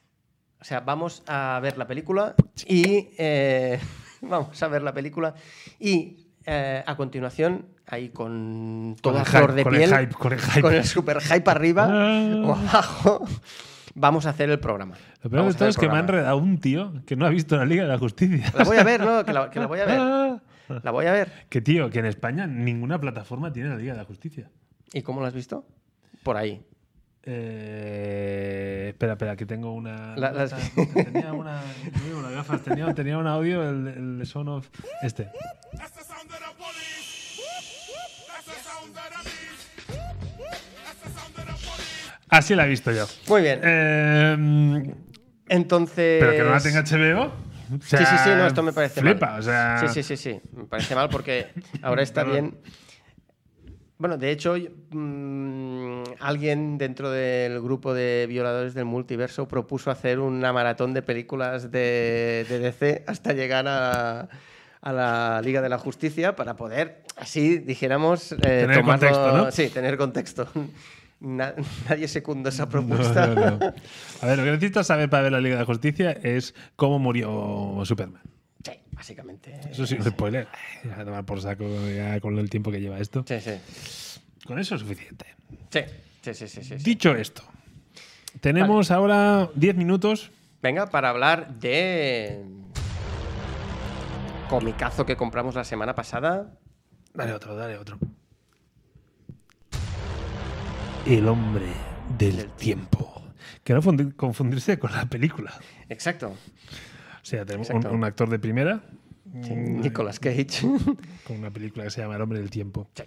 B: O sea, vamos a ver la película y eh, (laughs) vamos a ver la película y eh, a continuación ahí con todo
A: el
B: a flor
A: hype,
B: de
A: con el
B: piel,
A: hype, con el hype.
B: con el super hype arriba
A: Ah.
B: o (laughs) abajo, vamos a hacer el programa.
A: Lo peor
B: Vamos
A: de
B: a
A: todo
B: hacer
A: es
B: el
A: que me ha
B: programa.
A: enredado un tío que no ha visto la Liga de la Justicia.
B: La voy a ver, ¿no? Que la, que la voy (laughs)
A: (laughs)
B: a ver.
A: Ah.
B: La voy a ver.
A: Que tío, que en España ninguna plataforma tiene la Liga de la Justicia.
B: ¿Y cómo la has visto? Por ahí.
A: Eh, espera, espera, que tengo una.
B: La- las- (laughs)
A: Tenía una. tenía unas gafas, tenía, tenía un audio, el, el de Son of. Este.
C: That's the sound of the police. That's the sound of the beast. That's the sound of the police.
A: Así la he visto yo.
B: Muy bien.
A: Eh,
B: Entonces.
A: pero que no la tenga HBO. O sea,
B: sí, sí, sí, no, esto me parece
A: flipa,
B: mal.
A: o sea.
B: Sí, sí, sí, sí. Me parece mal porque ahora está bien. Bueno, de hecho, y- mm, alguien dentro del grupo de violadores del multiverso propuso hacer una maratón de películas de, de DC hasta llegar a, a la Liga de la Justicia para poder, así dijéramos, eh,
A: Tener
B: tomarlo-
A: contexto, ¿no?
B: Sí, tener contexto. (laughs) Na- nadie secundó esa
A: (laughs) No,
B: propuesta.
A: no, no. A ver, lo que necesitas saber para ver la Liga de la Justicia es cómo murió Superman.
B: Sí, básicamente.
A: Eso sí, un spoiler. A tomar por saco ya con el tiempo que lleva esto.
B: Sí, sí.
A: Con eso es suficiente.
B: Sí, sí, sí, sí, sí, sí.
A: Dicho esto, tenemos ahora 10 minutos.
B: Venga, para hablar de. Comicazo que compramos la semana pasada.
A: Dale otro, dale otro. El hombre del tiempo. Que no fundi- confundirse con la película.
B: Exacto.
A: O sea, tenemos un,
B: Exacto.
A: un actor de primera Mm.
B: Nicolas Cage. (laughs)
A: con una película que se llama El hombre del tiempo.
B: Sí.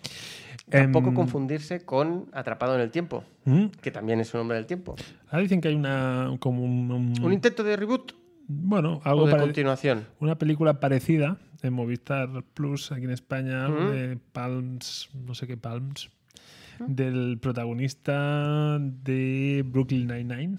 A: Em,
B: Tampoco confundirse con Atrapado en el Tiempo,
A: ¿Mm?
B: que también es un hombre del tiempo.
A: Ahora dicen que hay una. como un. un-
B: Un intento de reboot
A: bueno,
B: o
A: Mm. algo
B: de
A: para
B: continuación.
A: Una película parecida en Movistar Plus aquí en España, de Palms, no sé qué Palms, del protagonista de Brooklyn Nine-Nine.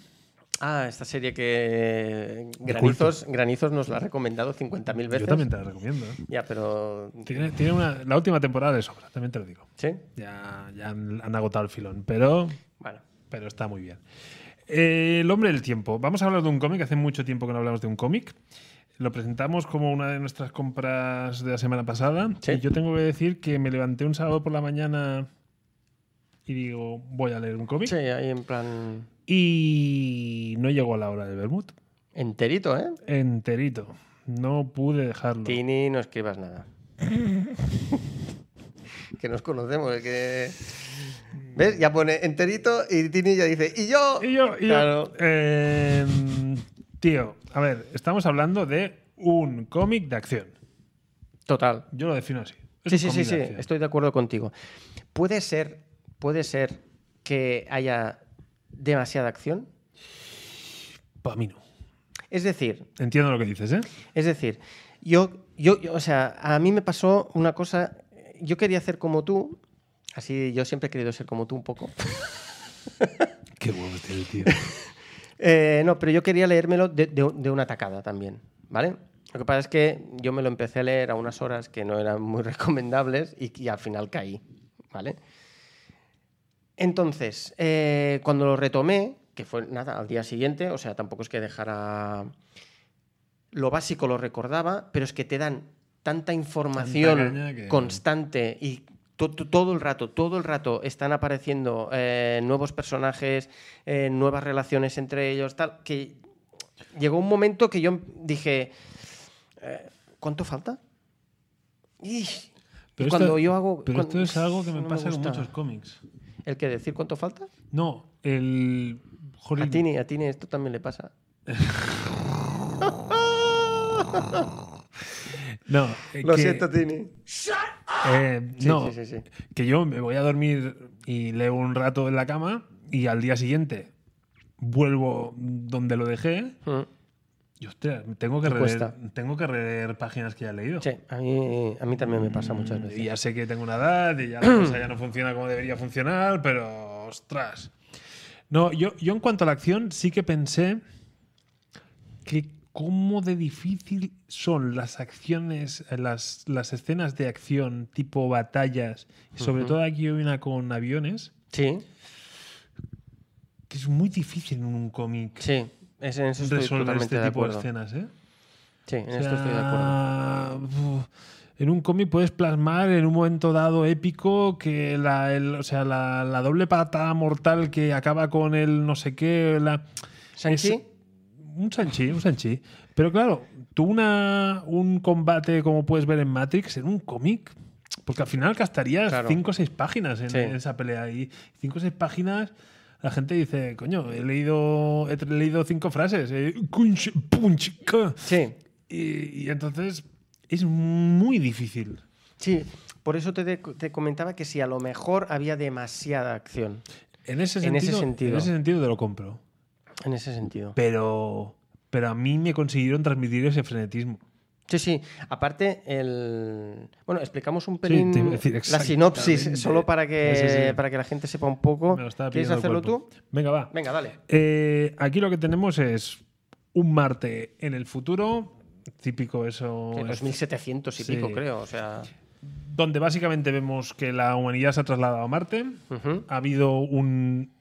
B: Ah, esta serie que Granizos, Granizos nos la ha recomendado 50.000 veces.
A: Yo también te la recomiendo. ¿eh?
B: Ya, pero.
A: Tiene, tiene una, la última temporada de sobra, también te lo digo.
B: ¿Sí?
A: Ya, ya han, han agotado el filón, pero,
B: Bueno.
A: pero está muy bien. Eh, el hombre del tiempo. Vamos a hablar de un cómic. Hace mucho tiempo que no hablamos de un cómic. Lo presentamos como una de nuestras compras de la semana pasada.
B: Sí.
A: Y yo tengo que decir que me levanté un sábado por la mañana y digo, voy a leer un cómic.
B: Sí, ahí en plan.
A: Y no llegó a la hora de Bermud.
B: Enterito, ¿eh?
A: Enterito. No pude dejarlo.
B: Tini, no escribas nada. que nos conocemos, el que. ¿Ves? Ya pone enterito y Tini ya dice, ¡y yo!
A: Y yo, y yo-
B: Claro.
A: Eh, tío, a ver, estamos hablando de un cómic de acción.
B: Total.
A: Yo lo defino así. Es
B: Sí,
A: un
B: sí,
A: cómic
B: sí,
A: de
B: sí,
A: acción.
B: estoy de acuerdo contigo. Puede ser, puede ser que haya demasiada acción.
A: Pa' mí no.
B: Es decir,
A: Entiendo lo que dices, ¿eh?
B: es decir, yo, yo, yo- o sea, a mí me pasó una cosa. Yo quería hacer como tú. Así, yo siempre he querido ser como tú un poco.
A: Qué huevos tiene el tío.
B: (laughs) Eh, no, pero yo quería leérmelo de, de- de una tacada también, ¿vale? Lo que pasa es que yo me lo empecé a leer a unas horas que no eran muy (laughs) recomendables y, y al final caí, ¿vale? Entonces, eh, cuando lo retomé, que fue nada, al día siguiente, o sea, tampoco es que dejara... Lo básico lo recordaba, pero es que te dan tanta información
A: caña que-
B: constante y to- to- todo el rato, todo el rato están apareciendo eh, nuevos personajes, eh, nuevas relaciones entre ellos, tal, que llegó un momento que yo dije, eh, ¿cuánto falta? Y
A: Pero
B: y cuando
A: esto-
B: yo hago...
A: Pero esto
B: cuando-
A: es algo que me
B: no
A: pasa con
B: gusta.
A: muchos cómics.
B: ¿El que decir cuánto falta?
A: No, el.
B: A
A: Jolín.
B: Tini, a Tini esto también le pasa.
A: No, eh, que-
B: Tini.
A: eh,
B: Sí,
A: no,
B: sí, sí, sí.
A: que yo me voy a dormir y leo un rato en la cama y al día siguiente vuelvo donde lo dejé
B: Mm,
A: y hostia, tengo que,
B: Te
A: releer,
B: cuesta.
A: tengo que releer páginas que ya he leído.
B: Sí, a mí, a mí también me pasa muchas
A: Y
B: veces.
A: Mm, ya sé que tengo una edad y ya la cosa ya no funciona como debería funcionar, pero ostras. No, yo, yo en cuanto a la acción sí que pensé que cómo de difícil son las acciones, eh, las, las escenas de acción tipo batallas, y sobre todo aquí hay una con aviones,
B: Sí,
A: que es muy difícil en un cómic
B: sí, es- en eso estoy
A: resolver
B: totalmente
A: este
B: de
A: tipo de,
B: acuerdo.
A: escenas, ¿eh?
B: sí, en
A: O
B: esto estoy de
A: sea,
B: acuerdo.
A: uf, En un cómic puedes plasmar en un momento dado épico que la, el- o sea, la, la doble patada mortal que acaba con el no sé qué. la-
B: ¿Sanchi?
A: es- un Sanchi, un Sanchi. Pero claro, tú una, un combate como puedes ver en Matrix, en un cómic. Porque al final gastarías
B: Claro.
A: 5 o 6 páginas en,
B: Sí.
A: en esa pelea. Y 5 o 6 páginas, la gente dice, coño, he leído 5 leído cinco frases. eh, kunch, punch, ka".
B: Sí,
A: Y, y entonces es muy difícil.
B: sí. Por eso te, de- te comentaba que si a lo mejor había demasiada acción.
A: En ese
B: En
A: sentido,
B: ese sentido.
A: en ese sentido te lo compro.
B: En ese sentido.
A: Pero, pero a mí me consiguieron transmitir ese frenetismo.
B: Sí, sí. Aparte, el... bueno, explicamos un
A: te iba a
B: pelín
A: decir
B: la sinopsis,
A: exactamente.
B: solo para que,
A: Sí, sí, sí.
B: para que la gente sepa un poco.
A: Me lo estaba
B: ¿Quieres
A: pidiendo el
B: hacerlo
A: cuerpo.
B: tú?
A: Venga, va.
B: Venga, dale.
A: Eh, aquí lo que tenemos es un Marte en el futuro, típico eso,
B: En
A: es-
B: 2700 y
A: sí.
B: pico, creo. O sea,
A: donde básicamente vemos que la humanidad se ha trasladado a Marte,
B: ujú.
A: ha habido un,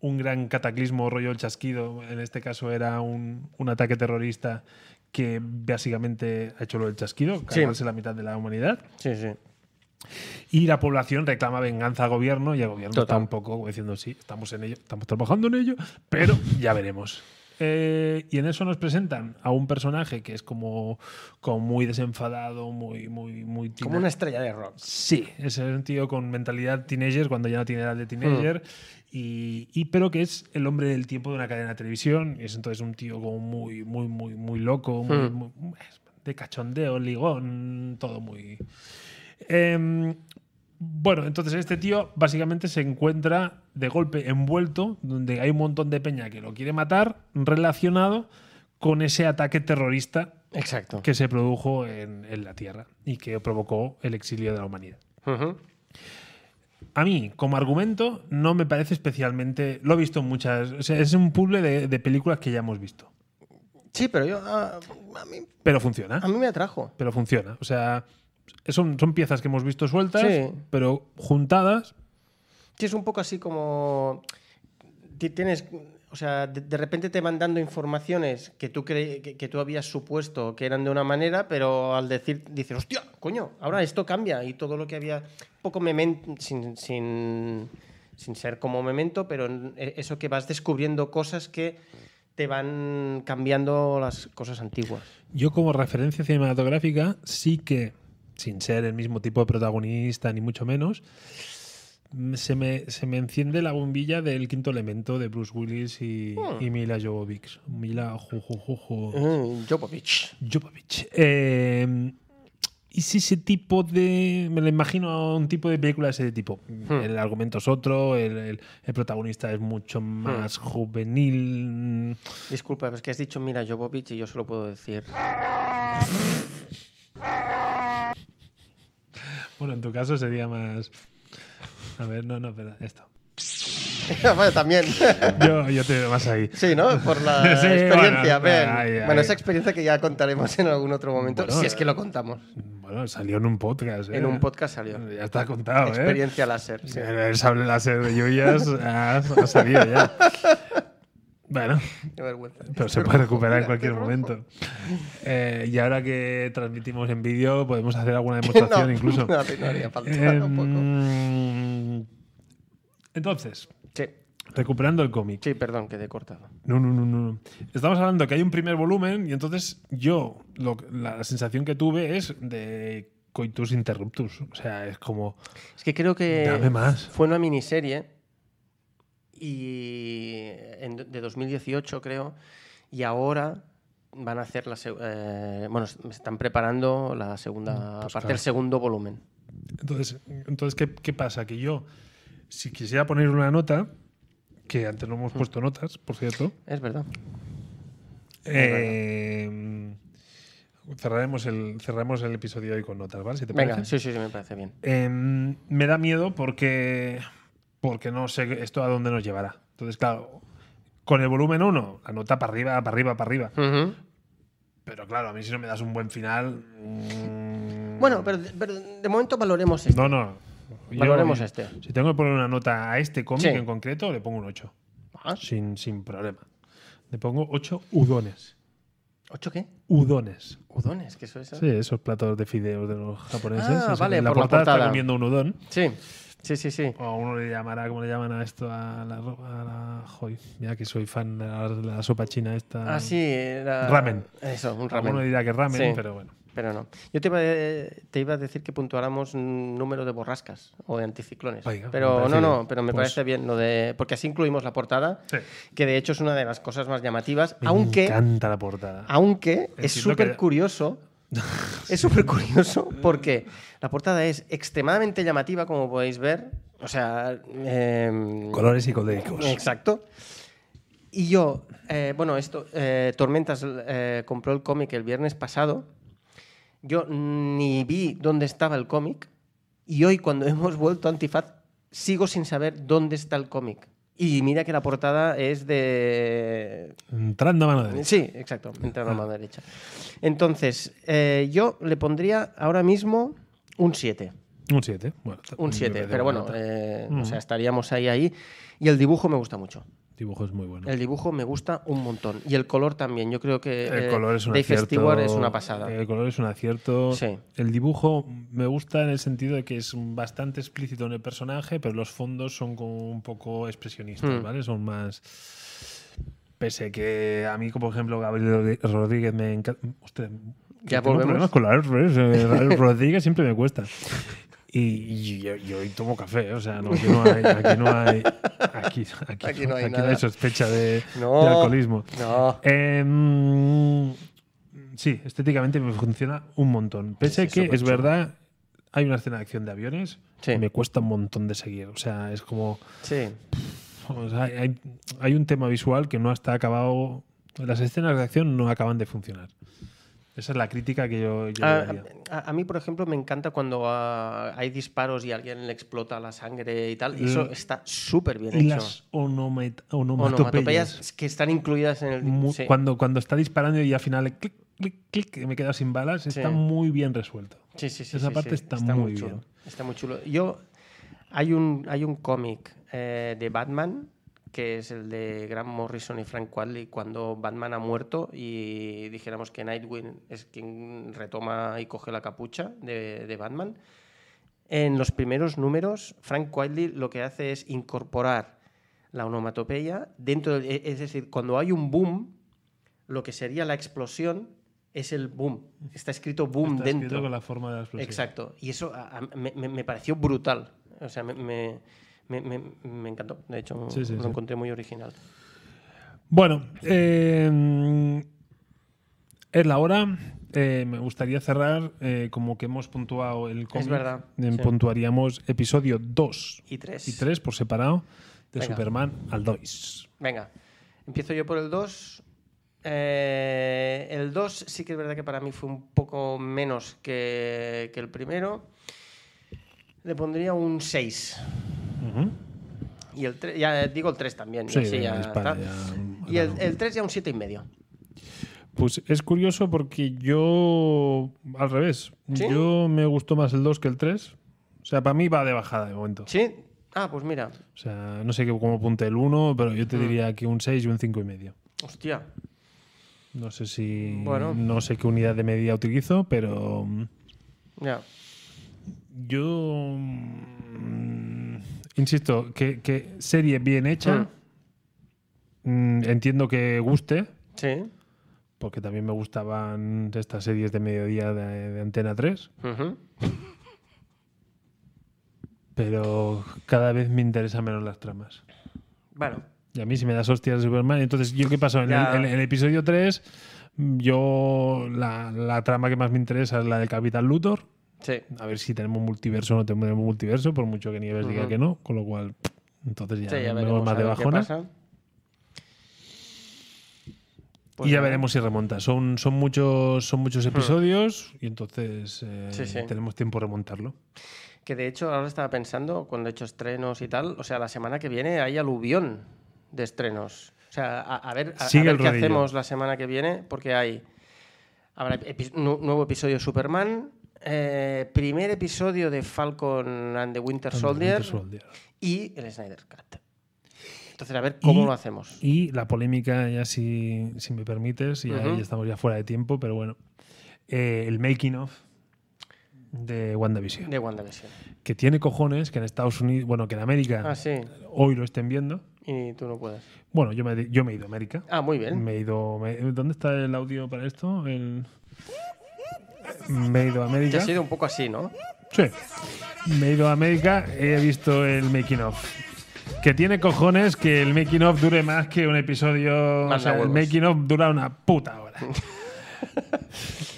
A: un gran cataclismo, rollo el chasquido, en este caso era un, un ataque terrorista que básicamente ha hecho lo del chasquido, cargarse la mitad de la humanidad.
B: sí, sí.
A: Y la población reclama venganza al gobierno y el gobierno
B: Total.
A: está un poco como diciendo, sí, estamos en ello, estamos trabajando en ello, pero ya veremos. Eh, y en eso nos presentan a un personaje que es como, como muy desenfadado, muy, muy, muy
B: Como
A: tina-
B: una estrella de rock.
A: Sí, es un tío con mentalidad teenager cuando ya no tiene edad de teenager, y, y- pero que es el hombre del tiempo de una cadena de televisión, y es entonces un tío como muy, muy, muy, muy loco, muy-
B: Hmm.
A: muy- muy- de cachondeo, ligón, todo muy... Em, bueno, entonces este tío básicamente se encuentra de golpe envuelto, donde hay un montón de peña que lo quiere matar, relacionado con ese ataque terrorista
B: Exacto.
A: que se produjo en, en la Tierra y que provocó el exilio de la humanidad.
B: Ujú.
A: A mí, como argumento, no me parece especialmente. Lo he visto en muchas. o sea, es un puzzle de, de películas que ya hemos visto.
B: Sí, pero yo. ah, a, mí,
A: Pero funciona.
B: a mí me atrajo.
A: Pero funciona. O sea, son, son piezas que hemos visto sueltas,
B: Sí.
A: pero juntadas.
B: Sí, es un poco así como. ti- Tienes. O sea, de, de repente te van dando informaciones que tú, cre- que, que tú habías supuesto que eran de una manera, pero al decir, dices, hostia, coño, ahora esto cambia y todo lo que había. Un poco memento, sin, sin, sin ser como memento, pero en- e- eso que vas descubriendo cosas que te van cambiando las cosas antiguas.
A: Yo, como referencia cinematográfica, sí que, sin ser el mismo tipo de protagonista, ni mucho menos, mm, se me, se me enciende la bombilla del quinto elemento de Bruce Willis y,
B: Hmm.
A: y Mila Jovovich. Mila ju, ju, ju, ju-
B: Mm, Djokovic.
A: Jovovich. Eh, y si ese tipo de. Me lo imagino a un tipo de película de ese tipo.
B: Hmm.
A: El argumento es otro, el, el- el protagonista es mucho
B: Hmm.
A: más juvenil. mm,
B: Disculpa, es que has dicho mira Djokovic y yo solo puedo decir.
A: Bueno, en tu caso sería más. A ver, no, no, espera, esto.
B: (laughs) bueno, (laughs) también.
A: Yo, yo te veo más ahí.
B: Sí, ¿no? Por la
A: (laughs) Sí,
B: experiencia.
A: bueno,
B: ven.
A: ahí, ahí.
B: Bueno, esa experiencia que ya contaremos en algún otro momento,
A: Bueno,
B: si es que lo contamos.
A: Bueno, salió en un podcast. ¿eh?
B: En un podcast salió.
A: Ya está contado, ¿eh?
B: experiencia láser. sí.
A: El sable láser de Yuyas ha, ha salido ya. Bueno,
B: Qué vergüenza.
A: pero se puede recuperar en cualquier momento. Eh, y ahora que transmitimos en vídeo, pues podemos hacer alguna demostración
B: (laughs) No,
A: incluso.
B: no, no haría falta tampoco.
A: Em, Entonces,
B: Sí,
A: recuperando el cómic.
B: sí, perdón, que te he cortado.
A: No, no, no, no. Estamos hablando que hay un primer volumen y entonces yo lo- la sensación que tuve es de coitus interruptus. O sea, es como...
B: Es que creo que
A: Dame más.
B: fue una miniserie y en- de 2018 creo y ahora van a hacer la seg- eh, bueno se están preparando la segunda
A: pues
B: parte
A: claro.
B: del segundo volumen
A: Entonces, entonces ¿qué, qué pasa? Que yo, si quisiera poner una nota, que antes no hemos
B: Mm.
A: puesto notas, por cierto,
B: es verdad
A: eh, cerraremos, el, cerraremos el episodio hoy con notas, ¿vale? Si te
B: venga
A: parece.
B: sí sí sí me parece bien
A: Em, me da miedo porque, porque no sé esto a dónde nos llevará. Entonces, claro, con el volumen 1, la nota para arriba, para arriba, para arriba.
B: Ujú.
A: Pero claro, a mí si no me das un buen final. mm,
B: Bueno, pero, pero de momento valoremos
A: No,
B: esto.
A: no. Yo-
B: Valoremos este.
A: Si tengo que poner una nota a este cómic
B: Sí.
A: en concreto, le pongo un 8.
B: Ah,
A: Sin, sin problema. Le pongo 8 udones.
B: ¿Ocho qué?
A: Udones.
B: Udones, que eso es.
A: Sí, esos platos de fideos de los japoneses.
B: Ah,
A: Eso,
B: vale,
A: en la
B: por la
A: portada, está
B: portada.
A: comiendo un udon.
B: Sí, sí, sí. sí.
A: O uno le llamará, ¿cómo le llaman a esto? A la, ro- a la- joy, mira que soy fan de la, de la sopa china esta.
B: Ah, sí, era-
A: Ramen.
B: Eso, un
A: Alguno
B: ramen.
A: dirá que ramen,
B: Sí.
A: pero bueno.
B: Pero no. Yo te iba, a- te iba a decir que puntuáramos un número de borrascas o de anticiclones.
A: Oiga, me
B: pero
A: parece
B: no, no,
A: bien.
B: pero me
A: Pues-
B: parece bien lo de. Porque así incluimos la portada,
A: Sí.
B: que de hecho es una de las cosas más llamativas.
A: Me
B: aunque.
A: encanta la portada.
B: Aunque es
A: Entiendo que-
B: súper curioso. Es súper curioso porque la portada es extremadamente llamativa, como podéis ver. O sea. em,
A: Colores psicodélicos.
B: Exacto. Y yo, eh, bueno, esto, eh, Tormentas eh, compró el cómic el viernes pasado Yo ni vi dónde estaba el cómic y hoy cuando (laughs) hemos vuelto a Antifaz sigo sin saber dónde está el cómic. Y mira que la portada es de...
A: Entrando a mano derecha.
B: Sí, exacto, entrando a mano derecha. Entonces, eh, yo le pondría ahora mismo un 7.
A: Un 7. Bueno,
B: Un 7,
A: me parece
B: pero
A: buena
B: bueno,
A: nota.
B: eh,
A: Mm, Ujú.
B: o sea, estaríamos ahí, ahí. Y el dibujo me gusta mucho.
A: El dibujo es muy bueno.
B: El dibujo me gusta un montón. Y el color también. Yo creo que
A: El
B: eh,
A: color es un
B: Dave
A: acierto.
B: Stewart es una pasada.
A: El color es un acierto.
B: Sí.
A: El dibujo me gusta en el sentido de que es bastante explícito en el personaje, pero los fondos son como un poco expresionistas,
B: Mm.
A: ¿vale? Son más. Pese que a mí, como por ejemplo, Gabriel Rodríguez me encanta. Hostia,
B: Ya
A: tengo problemas
B: volvemos.
A: con la Airfresh. eh, la
B: (laughs)
A: Air Rodríguez siempre me cuesta. Y, y yo, yo hoy tomo café, o sea, no, aquí no hay, aquí no hay, aquí, aquí
B: Aquí
A: no,
B: no hay
A: aquí no
B: nada.
A: hay sospecha de,
B: No.
A: de alcoholismo.
B: No.
A: Em, sí, estéticamente me funciona un montón. Pese
B: Sí, sí,
A: que es
B: superchulo.
A: verdad, hay una escena de acción de aviones.
B: Sí.
A: Me cuesta un montón de seguir. O sea, es como.
B: Sí.
A: o sea, hay, hay- hay un tema visual que no está acabado. Las escenas de acción no acaban de funcionar. Esa es la crítica que yo, yo le
B: A,
A: daría.
B: a- a mí, por ejemplo, me encanta cuando ah, hay disparos y a alguien le explota la sangre y tal.
A: Mm.
B: Eso está súper bien
A: Y
B: hecho.
A: las onomat- onomatopeyas.
B: Onomatopeyas que están incluidas en el.
A: Mu-
B: sí.
A: cuando, cuando está disparando y al final clic, clic, clic, y me he quedado sin balas, está muy bien resuelto.
B: Sí, sí, sí,
A: Esa
B: sí,
A: parte
B: sí.
A: está muy
B: chulo.
A: bien.
B: Está muy chulo. Yo hay un hay un cómic eh, de Batman que es el de Grant Morrison y Frank Quitely cuando Batman ha muerto y dijéramos que Nightwing es quien retoma y coge la capucha de, de Batman. En los primeros números, Frank Quitely lo que hace es incorporar la onomatopeya dentro del- e, es decir, cuando hay un boom, lo que sería la explosión es el boom. Está escrito boom
A: Está escrito
B: dentro.
A: con la forma de la explosión.
B: Exacto. Y eso a- a- me, me- me pareció brutal. O sea, me, me- me- me- me encantó. De hecho,
A: Sí, sí,
B: lo
A: sí.
B: encontré muy original.
A: Bueno, eh, es la hora. Eh, me gustaría cerrar eh, como que hemos puntuado el cómic.
B: verdad,
A: Eh,
B: sí.
A: Puntuaríamos episodio 2
B: Y tres.
A: y 3 por separado de
B: Venga.
A: Superman al Dois.
B: Venga, empiezo yo por el 2. el 2 sí que es verdad que para mí fue un poco menos que, que el primero. Le pondría un 6. Y el 3, ya digo el 3 también.
A: Sí,
B: y así
A: venga,
B: ya
A: dispara,
B: está.
A: ya,
B: y el,
A: ahora.
B: 3 ya un 7 y medio.
A: Pues es curioso porque yo, al revés,
B: ¿Sí?
A: yo me gustó más el 2 que el 3. O sea, para mí va de bajada de momento.
B: ¿Sí? Ah, pues mira.
A: O sea, no sé qué- cómo apunte el 1, pero
B: Mm.
A: yo te diría que un 6 y un 5 y medio.
B: Hostia.
A: No sé si.
B: Bueno.
A: No sé qué unidad de medida utilizo, pero. mm,
B: Ya.
A: Yo. mm, Insisto, que, que serie bien hecha. mm, Entiendo que guste,
B: Sí.
A: porque también me gustaban estas series de mediodía de, de Antena 3,
B: Ujú.
A: pero cada vez me interesan menos las tramas.
B: Bueno,
A: Y a mí si me das hostias de Superman. Entonces, ¿yo qué pasó? En el,
B: Ya.
A: en el episodio 3, yo la, la trama que más me interesa es la del Capitán Luthor.
B: sí.
A: A ver si tenemos multiverso o no tenemos multiverso, por mucho que Nieves diga
B: Ujú.
A: que no. Con lo cual, entonces ya,
B: Sí, ya
A: nos
B: veremos
A: vemos más
B: a
A: de
B: ver qué
A: bajona.
B: pasa.
A: y
B: Pues
A: ya
B: nada.
A: veremos si remonta. Son, son, muchos, son muchos episodios y entonces eh,
B: Sí, sí.
A: tenemos tiempo de remontarlo.
B: Que de hecho ahora estaba pensando, cuando he hecho estrenos y tal, o sea, la semana que viene hay aluvión de estrenos. O sea, a, a ver, a- a,
A: Sigue
B: ver
A: el
B: qué
A: rodillo.
B: hacemos la semana que viene, porque hay. Habrá epi- nu- nuevo episodio de Superman, eh, primer episodio de Falcon and the Winter Soldier,
A: Winter Soldier.
B: y el Snyder Cut. Entonces, a ver cómo
A: Y-
B: lo hacemos.
A: Y la polémica, ya si, si me permites, y ahí
B: Ujú.
A: estamos ya fuera de tiempo, pero bueno. eh, el making of de WandaVision.
B: De WandaVision.
A: Que tiene cojones que en Estados Unidos, bueno, que en América
B: Ah, sí.
A: hoy lo estén viendo.
B: Y tú no puedes.
A: Bueno, yo me, yo me he ido a América.
B: Ah, muy bien.
A: Me he ido. me- ¿Dónde está el audio para esto? El- Me he ido a
B: Te
A: América.
B: ha sido un poco así, ¿no?
A: Sí. Me he ido a América, he visto el making of. Que tiene cojones que el making of dure más que un episodio.
B: Manda
A: o sea, el
B: huevos.
A: making of dura una puta hora.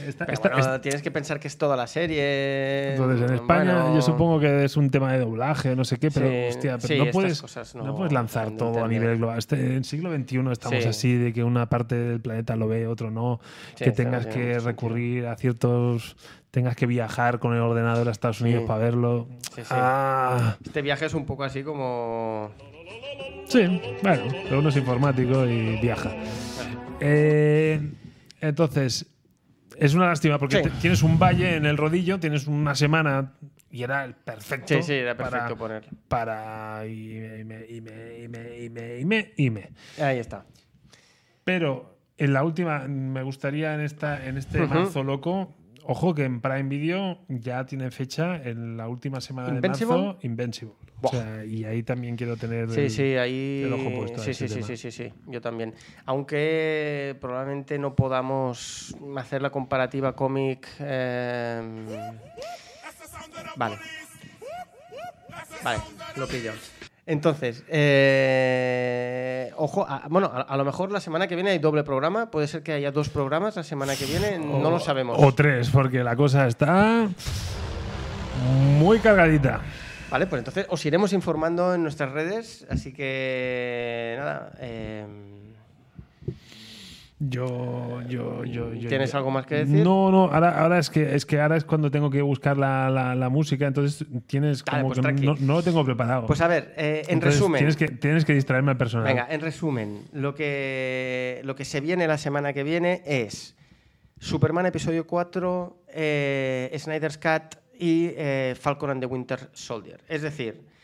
A: Esta-
B: Pero
A: esta-
B: bueno,
A: esta-
B: tienes que pensar que es toda la serie.
A: entonces, en España,
B: Em, bueno,
A: yo supongo que es un tema de doblaje, no sé qué, pero,
B: Sí,
A: hostia, pero
B: sí,
A: no,
B: estas
A: puedes,
B: cosas
A: no,
B: no-
A: puedes lanzar
B: no
A: todo a
B: entender.
A: nivel global. Este- en siglo XXI estamos
B: Sí.
A: así, de que una parte del planeta lo ve, otro no,
B: Sí,
A: que
B: estamos
A: tengas
B: en
A: que
B: otro
A: recurrir a ciertos. tengas que viajar con el ordenador a Estados Unidos para verlo.
B: Sí, sí.
A: Ah,
B: Este viaje es un poco así como.
A: sí, bueno, pero uno es informático y viaja. Eh, entonces, es una lástima porque
B: Sí.
A: te- tienes un valle en el rodillo, tienes una semana y era el perfecto.
B: Sí, sí, era
A: para-
B: perfecto poner.
A: para y me, y me, y me, y me, y me, y me.
B: Ahí está.
A: Pero en la última, me gustaría en, esta, en este
B: Ujú.
A: marzo loco, ojo que en Prime Video ya tiene fecha en la última semana
B: ¿Invincible?
A: de marzo, Invencible. O
B: Buah.
A: sea, y ahí también quiero tener
B: Sí,
A: el-
B: sí, ahí.
A: el ojo puesto a
B: sí,
A: ese
B: sí, sí,
A: tema.
B: sí, sí, sí, yo también. Aunque probablemente no podamos hacer la comparativa cómic. eh, Vale. Vale, lo pillo. Entonces, eh, ojo, a- bueno, a, a lo mejor la semana que viene hay doble programa, puede ser que haya dos programas la semana que viene, no lo sabemos.
A: O tres, porque la cosa está muy cargadita.
B: Vale, pues entonces os iremos informando en nuestras redes, así que nada. eh,
A: Yo, yo, yo, yo-
B: ¿Tienes
A: yo-
B: algo más que decir?
A: No, no, ahora, ahora es que es que ahora es cuando tengo que buscar la, la- la música, entonces tienes
B: Dale,
A: como
B: pues
A: que
B: tranqui.
A: no, no lo tengo preparado.
B: pues a ver, eh, en
A: Entonces,
B: resumen.
A: Tienes que, tienes que distraerme al personal.
B: Venga, en resumen, lo que, lo que se viene la semana que viene es Superman episodio 4, eh, Snyder's Cut y eh, Falcon and the Winter Soldier. Es decir,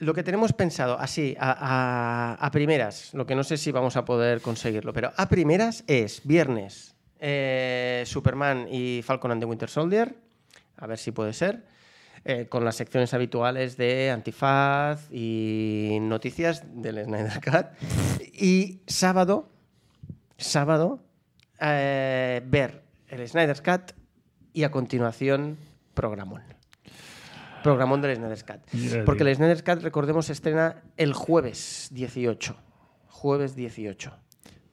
B: lo que tenemos pensado así, a, a- a primeras, lo que no sé si vamos a poder conseguirlo, pero a primeras es viernes eh, Superman y Falcon and the Winter Soldier, a ver si puede ser, eh, con las secciones habituales de Antifaz y noticias del Snyder Cut. Y sábado, sábado, eh, ver el Snyder Cut y a continuación programón. Programón del Snyder Cut.
A: Ya,
B: Porque
A: tío.
B: el Snyder Cut, recordemos, se estrena el jueves 18. Jueves 18.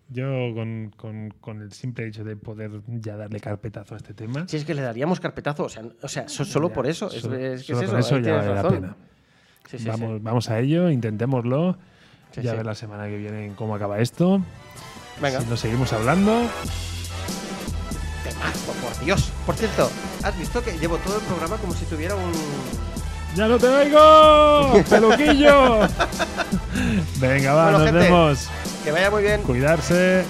A: Yo con, con- con el simple hecho de poder ya darle carpetazo a este tema.
B: Si es que le daríamos carpetazo, o sea, n- o sea so- solo
A: ya,
B: por eso. es-
A: solo-
B: es, que
A: solo
B: es
A: con
B: eso,
A: eso
B: ahí
A: ya
B: tienes
A: vale la
B: razón.
A: pena.
B: Sí, sí, sí.
A: vamos, vamos a ello, intentémoslo.
B: Sí,
A: ya
B: sí.
A: ver la semana que viene cómo acaba esto.
B: Venga.
A: Si nos seguimos hablando.
B: Temazo, por Dios. Por cierto, ¿has visto que llevo todo el programa como si tuviera un.
A: ¡Ya no te (laughs) oigo! ¡Peluquillo! Venga, va,
B: Bueno,
A: nos
B: gente.
A: vemos.
B: Que vaya muy bien.
A: Cuidarse.